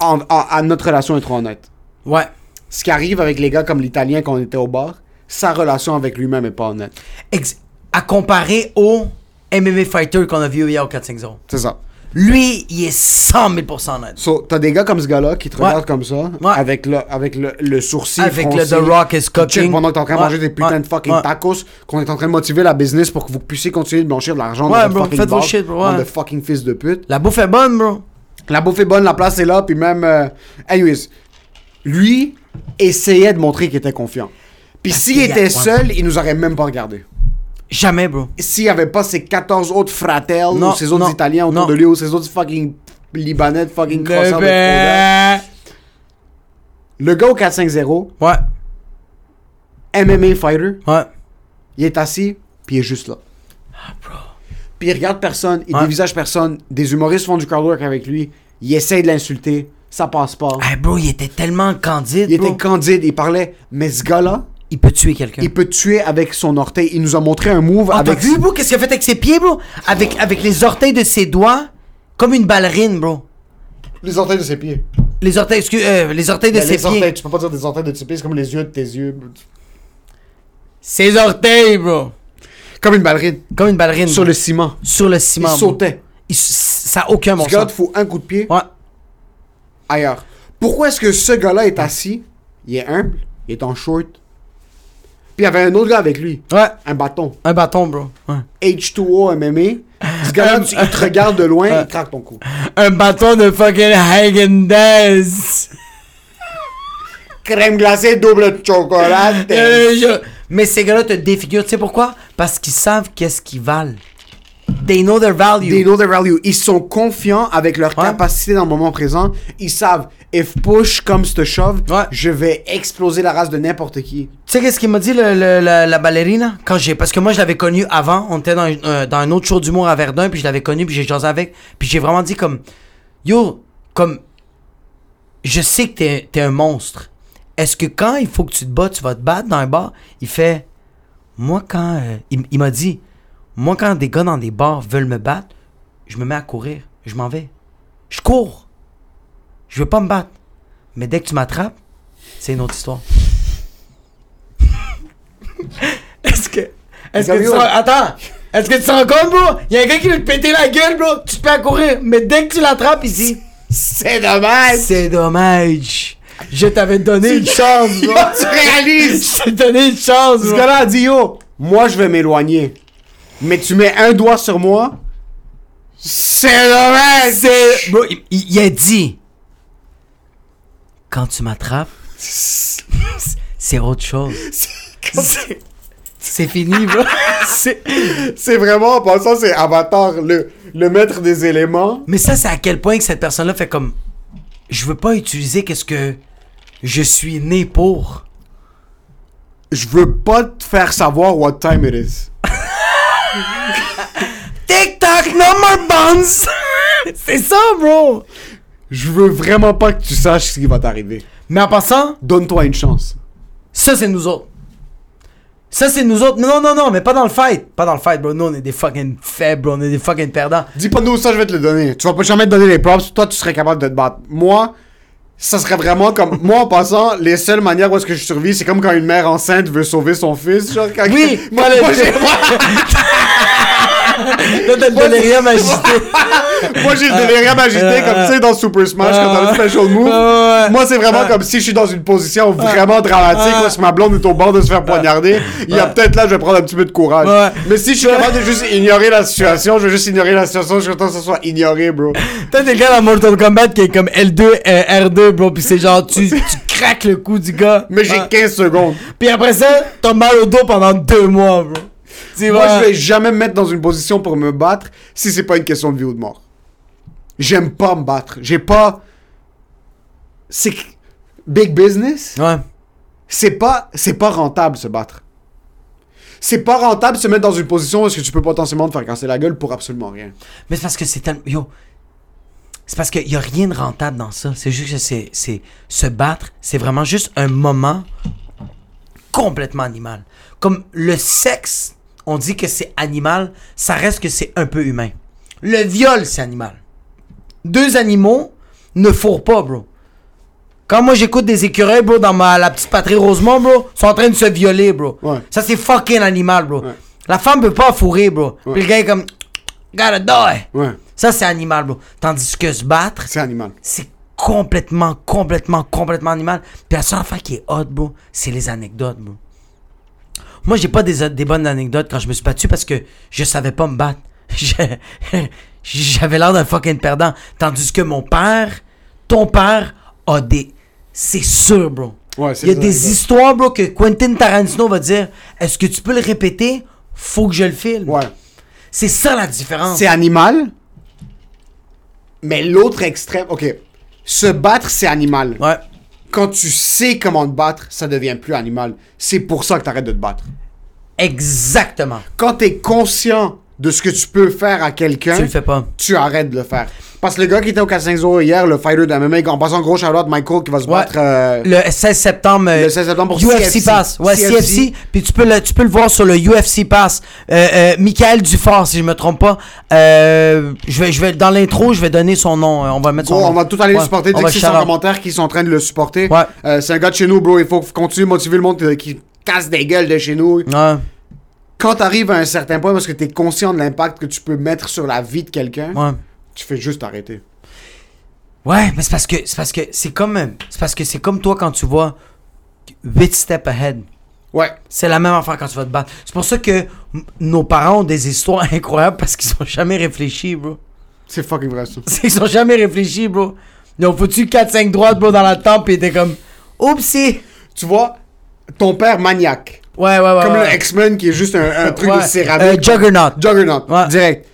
S2: En- en- en- notre relation est trop honnête.
S3: Ouais.
S2: Ce qui arrive avec les gars comme l'Italien quand on était au bar, sa relation avec lui-même est pas honnête.
S3: Ex- à comparer au MMA fighter qu'on a vu hier au 4-5-0.
S2: C'est ça.
S3: Lui, il est 100 000% honnête.
S2: So, t'as des gars comme ce gars-là qui te
S3: Ouais.
S2: regardent comme ça,
S3: Ouais.
S2: avec le, avec le, le sourcil
S3: Avec le
S2: froncé,
S3: The Rock is
S2: qui check
S3: cooking.
S2: pendant que t'es en train de
S3: Ouais.
S2: manger des putains
S3: Ouais.
S2: de fucking
S3: Ouais.
S2: tacos, qu'on est en train de motiver la business pour que vous puissiez continuer de blanchir de l'argent
S3: Ouais,
S2: dans votre
S3: bro,
S2: fucking
S3: faites vos
S2: bar,
S3: shit, bro,
S2: bande
S3: ouais.
S2: de fucking fils de pute.
S3: La bouffe est bonne, bro.
S2: La bouffe est bonne, la place est là, puis même... euh, anyways, lui essayait de montrer qu'il était confiant. Puis s'il
S3: qu'il y a-
S2: était
S3: ouais.
S2: seul, il nous aurait même pas regardé.
S3: Jamais, bro.
S2: s'il n'y avait pas ces 14 autres fratels
S3: Non,
S2: ou ces autres
S3: non,
S2: Italiens autour
S3: non.
S2: de lui ou ces autres fucking Libanais de fucking croissants de
S3: ben...
S2: Prodac. Le gars au 4-5-0,
S3: Ouais,
S2: MMA fighter,
S3: ouais.
S2: il est assis, puis il est juste là. Puis il regarde personne, il
S3: Ah, Ouais.
S2: dévisage personne, des humoristes font du crowd work avec lui, il essaie de l'insulter, ça passe pas.
S3: Hey, bro, il était tellement candide,
S2: Il
S3: bro.
S2: était candide, il parlait, mais ce gars-là,
S3: Il peut tuer quelqu'un.
S2: il peut tuer avec son orteil. Il nous a montré un move
S3: Oh,
S2: avec.
S3: t'as vu, bro, qu'est-ce qu'il a fait avec ses pieds, bro? Avec, avec les orteils de ses doigts, comme une ballerine, bro.
S2: Les orteils de ses pieds.
S3: Les orteils, excuse, euh, les orteils de
S2: Mais
S3: ses
S2: Ben, Les orteils,
S3: pieds.
S2: tu peux pas dire des orteils de tes pieds, c'est comme les yeux de tes yeux.
S3: Ses orteils, bro.
S2: Comme une ballerine.
S3: Comme une ballerine.
S2: Sur
S3: bro.
S2: le ciment.
S3: Sur le ciment. bro.
S2: Il sautait.
S3: Il s- ça a aucun bon
S2: Ce gars-là te
S3: sens.
S2: fout un coup de pied
S3: Ouais.
S2: ailleurs. Pourquoi est-ce que ce gars-là est assis Il est humble, il est en short. Puis il y avait un autre gars avec lui,
S3: Ouais.
S2: un bâton.
S3: Un bâton, bro. Ouais.
S2: H2O MMA. Ce gars-là, tu- il te regarde de loin, il craque ton cou.
S3: Un bâton de fucking Hagen Dazs.
S2: Crème glacée, double chocolat.
S3: Euh, je- Mais ces gars-là te défigurent. Tu sais pourquoi? Parce qu'ils savent qu'est-ce qu'ils valent. They know their value.
S2: They know their value. Ils sont confiants avec leur
S3: Ouais.
S2: capacité dans le moment présent. Ils savent, if push comme je te shove,
S3: Ouais.
S2: je vais exploser la race de n'importe qui.
S3: Tu sais qu'est-ce qu'il m'a dit le- le- la, la ballerine quand j'ai parce que moi je l'avais connue avant on était dans, un- euh, dans un autre show d'humour à Verdun puis je l'avais connue puis j'ai jasé avec puis j'ai vraiment dit comme yo comme je sais que t'es t'es un monstre est-ce que quand il faut que tu te bats tu vas te battre dans un bar il fait moi quand euh, il, il m'a dit moi quand des gars dans des bars veulent me battre je me mets à courir je m'en vais je cours je veux pas me battre mais dès que tu m'attrapes c'est une autre histoire Est-ce que. Est-ce que tu te rends- Attends! Est-ce que tu te rends compte, bro? Y'a un gars qui veut te péter la gueule, bro! Tu te mets à courir, mais dès que tu l'attrapes ici.
S2: C'est dommage.
S3: C'est dommage! Je t'avais donné une chance, bro!
S2: Tu réalises.
S3: Je t'ai donné une chance,
S2: Ce
S3: bro!
S2: gars-là a dit yo, moi je vais m'éloigner. Mais tu mets un doigt sur moi. C'est dommage.
S3: C'est. Bro, il, il- il a dit. Quand tu m'attrapes, c'est autre chose. C'est- C'est fini, bro! C'est-
S2: C'est vraiment en passant, c'est Avatar, le, le maître des éléments.
S3: Mais ça, c'est à quel point que cette personne-là fait comme. Je veux pas utiliser qu'est-ce que je suis né pour.
S2: Je veux pas te faire savoir what time it is.
S3: TikTok number buns! c'est ça, bro!
S2: Je veux vraiment pas que tu saches ce qui va t'arriver.
S3: Mais en passant,
S2: Donne-toi une chance.
S3: ça, c'est nous autres. Ça, c'est nous autres. Non, non, non, mais pas dans le fight. Pas dans le fight, bro. Nous, on est des fucking faibles, bro. On est des fucking perdants.
S2: Dis pas nous ça, je vais te le donner. Tu vas pas jamais te donner les props. Toi, tu serais capable de te battre. Moi, ça serait vraiment comme. Moi, en passant, les seules manières où est-ce que je survis, c'est comme quand une mère enceinte veut sauver son fils. Genre, quand-
S3: Oui,
S2: moi,
S3: quand
S2: moi,
S3: elle-
S2: j'ai-
S3: Là, t'as le délirium agité.
S2: moi, j'ai le délirium agité, comme tu sais, dans Super Smash, quand t'as le special move.
S3: Ah, ouais.
S2: Moi, c'est vraiment comme si je suis dans une position vraiment dramatique, où est-ce que ma blonde est au bord de se faire poignarder. Il y a peut-être là, je vais prendre un petit peu de courage.
S3: Ah. Ouais.
S2: Mais si je suis capable de juste ignorer la situation, je vais juste ignorer la situation, je suis content que ça soit ignoré, bro.
S3: T'as des gars dans Mortal Kombat qui est comme L2, euh, R2, bro, pis c'est genre, tu, tu craques le cou du gars.
S2: Mais j'ai
S3: Ah.
S2: 15 secondes.
S3: Pis après ça, t'as mal au dos pendant deux mois, bro. Tu
S2: Moi,
S3: vois?
S2: je vais jamais me mettre dans une position pour me battre si c'est pas une question de vie ou de mort. J'aime pas me battre. J'ai pas. C'est. que- Big business?
S3: Ouais.
S2: C'est pas, c'est pas rentable se battre. C'est pas rentable se mettre dans une position où est-ce que tu peux potentiellement te faire casser la gueule pour absolument rien.
S3: Mais c'est parce que c'est tellement. Yo. C'est parce qu'il y a rien de rentable dans ça. C'est juste que c'est. c'est- Se battre, c'est vraiment juste un moment complètement animal. Comme le sexe, on dit que c'est animal, ça reste que c'est un peu humain. Le viol, c'est animal. Deux animaux ne fourrent pas, bro. Quand moi j'écoute des écureuils, bro, dans ma, la petite patrie Rosemont, bro, sont en train de se violer, bro.
S2: Ouais.
S3: Ça, c'est fucking animal, bro.
S2: Ouais.
S3: La femme peut pas fourrer, bro. Puis le gars est comme. Gotta die!
S2: Ouais,
S3: Ça, c'est animal, bro. Tandis que se battre,
S2: c'est animal.
S3: c'est complètement, complètement, complètement animal. Puis la seule affaire qui est hot, bro, c'est les anecdotes, bro. Moi, j'ai pas des, des bonnes anecdotes quand je me suis battu parce que je savais pas me battre. Je- J'avais l'air d'un fucking perdant. Tandis que mon père, ton père, a des. C'est sûr, bro.
S2: Ouais, c'est
S3: Il y a
S2: ça,
S3: des
S2: exact.
S3: histoires, bro, que Quentin Tarantino va dire Est-ce que tu peux le répéter Faut que je le filme.
S2: Ouais.
S3: C'est ça la différence.
S2: C'est animal. Mais l'autre extrême, ok. Se battre, c'est animal.
S3: Ouais.
S2: Quand tu sais comment te battre, ça devient plus animal. C'est pour ça que t'arrêtes de te battre.
S3: Exactement.
S2: Quand t'es conscient de ce que tu peux faire à quelqu'un,
S3: Tu le fais pas.
S2: tu arrêtes de le faire. Parce que le gars qui était au 4-5-0 hier, le fighter de MMA, en passant gros charlotte Michael qui va se
S3: Ouais.
S2: battre. euh,
S3: Le 16 septembre. euh,
S2: Le 16 septembre pour
S3: UFC
S2: CFC.
S3: Pass. Ouais, CFC.
S2: CFC.
S3: Puis tu peux, le, tu peux le voir sur le UFC Pass. Euh, euh, Michael Dufort, si je me trompe pas. Euh, je vais, je vais, dans l'intro, je vais donner son nom. euh, On va mettre son
S2: Gros,
S3: nom.
S2: on va tout aller le
S3: Ouais,
S2: supporter.
S3: on
S2: Dès
S3: va
S2: que c'est
S3: shout-out.
S2: en commentaire qui sont en train de le supporter.
S3: Ouais.
S2: Euh, c'est un gars de chez nous, bro. Il faut continuer de motiver le monde euh, qui casse des gueules de chez nous.
S3: Ouais,
S2: Quand t'arrives à un certain point, parce que t'es conscient de l'impact que tu peux mettre sur la vie de quelqu'un,
S3: ouais.
S2: tu fais juste arrêter.
S3: Ouais, mais c'est parce que c'est parce que c'est comme euh, c'est parce que c'est comme toi quand tu vois 8 steps ahead.
S2: Ouais.
S3: C'est la même affaire quand tu vas te battre. C'est pour ça que m- nos parents ont des histoires incroyables parce qu'ils ont jamais réfléchi, bro.
S2: C'est fucking vrai, ça.
S3: C'est qu'ils ont jamais réfléchi, bro. Ils ont foutu 4-5 droites, bro, dans la tempe, et ils étaient comme. Oupsie!
S2: Tu vois, ton père maniaque.
S3: Ouais, ouais, ouais.
S2: Comme
S3: ouais.
S2: le X-Men qui est juste un, un truc
S3: Ouais.
S2: de céramique.
S3: Euh, Juggernaut.
S2: Juggernaut,
S3: Ouais.
S2: direct.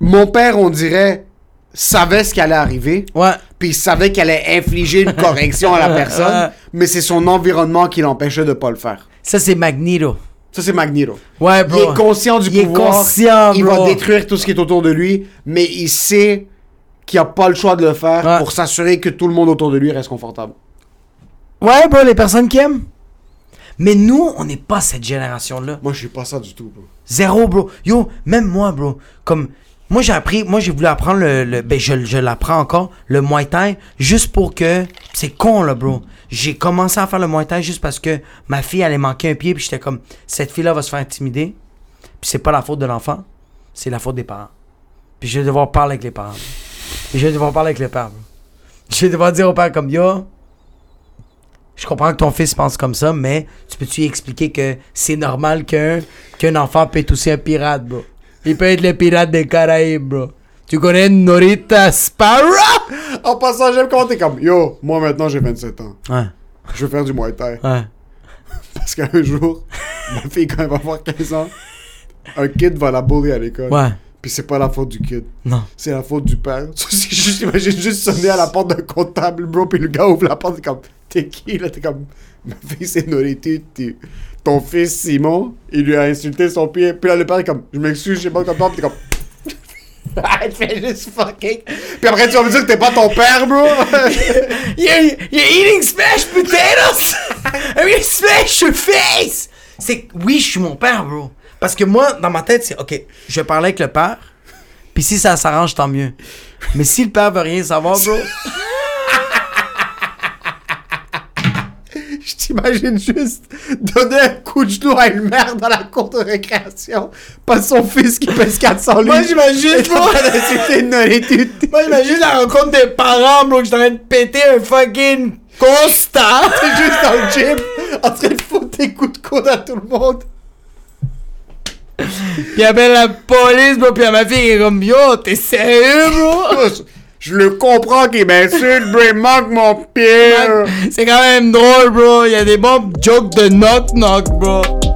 S2: Mon père, on dirait, savait ce qui allait arriver.
S3: Ouais.
S2: Puis il savait qu'elle allait infliger une correction à la personne. Mais c'est son environnement qui l'empêchait de pas le faire.
S3: Ça, c'est Magneto.
S2: Ça, c'est Magneto.
S3: Ouais, bro.
S2: Il est conscient du
S3: Il est
S2: pouvoir.
S3: conscient,
S2: il
S3: bro.
S2: va détruire tout ce qui est autour de lui, mais il sait qu'il a pas le choix de le faire
S3: Ouais.
S2: pour s'assurer que tout le monde autour de lui reste confortable.
S3: Ouais, bro, les personnes qui aiment. Mais nous, on n'est pas cette génération-là.
S2: Moi, je suis pas ça du tout, bro.
S3: Zéro, bro. Yo, même moi, bro. Comme. Moi, j'ai appris. Moi, j'ai voulu apprendre le. le- ben, je, je l'apprends encore. Le Muay Thai. Juste pour que. C'est con, là, bro. J'ai commencé à faire le Muay Thai juste parce que ma fille allait manquer un pied. Puis j'étais comme. Cette fille-là va se faire intimider. Puis c'est pas la faute de l'enfant. C'est la faute des parents. Puis je vais devoir parler avec les parents. bro. Puis je vais devoir parler avec les parents. bro. Je vais devoir dire au père comme yo. Je comprends que ton fils pense comme ça, mais tu peux-tu lui expliquer que c'est normal qu'un qu'un enfant peut être aussi un pirate, bro? Il peut être le pirate des Caraïbes, bro. Tu connais Norita Sparrow?
S2: En passant, j'aime comment t'es comme Yo, moi maintenant j'ai 27 ans.
S3: Ouais,
S2: Je veux faire du Muay Thai.
S3: ouais.
S2: Parce qu'un jour, ma fille, quand elle va avoir 15 ans, un kid va la bully à l'école.
S3: Ouais.
S2: Puis c'est pas la faute du kid.
S3: Non.
S2: C'est la faute du père. C'est juste, imagine juste sonner à la porte d'un comptable, bro, puis le gars ouvre la porte, t'es comme, t'es qui, là? T'es comme, ma fille, c'est Norité, t'es- ton fils, Simon, il lui a insulté son pied, puis là, le père est comme, je m'excuse, je sais pas comme toi, puis t'es comme... Elle fait juste fucking... Puis après, tu vas me dire que t'es pas ton père, bro!
S3: You're, you're eating smashed potatoes! I mean, smash your face! C'est oui, je suis mon père, bro. Parce que moi, dans ma tête, c'est OK, je vais parler avec le père. Puis si ça s'arrange, tant mieux. Mais si le père veut rien savoir, bro.
S2: T'imagines juste donner un coup de genou à une mère dans la cour de récréation, pas son fils qui pèse 400 livres.
S3: Moi, j'imagine,
S2: est en
S3: moi.
S2: train d'insulter une nonnitude.
S3: Moi, imagine la rencontre des parents, bro, que je suis en train de péter un fucking constat.
S2: T'es juste dans le gym, en train de foutre des coups de coude à tout le monde.
S3: Puis il appelle la police, bro, puis ma fille est comme, yo, t'es sérieux, bro?
S2: Je le comprends qu'il m'insulte, mais il manque mon pied.
S3: C'est quand même drôle, bro. Il y a des bons jokes de knock-knock, bro.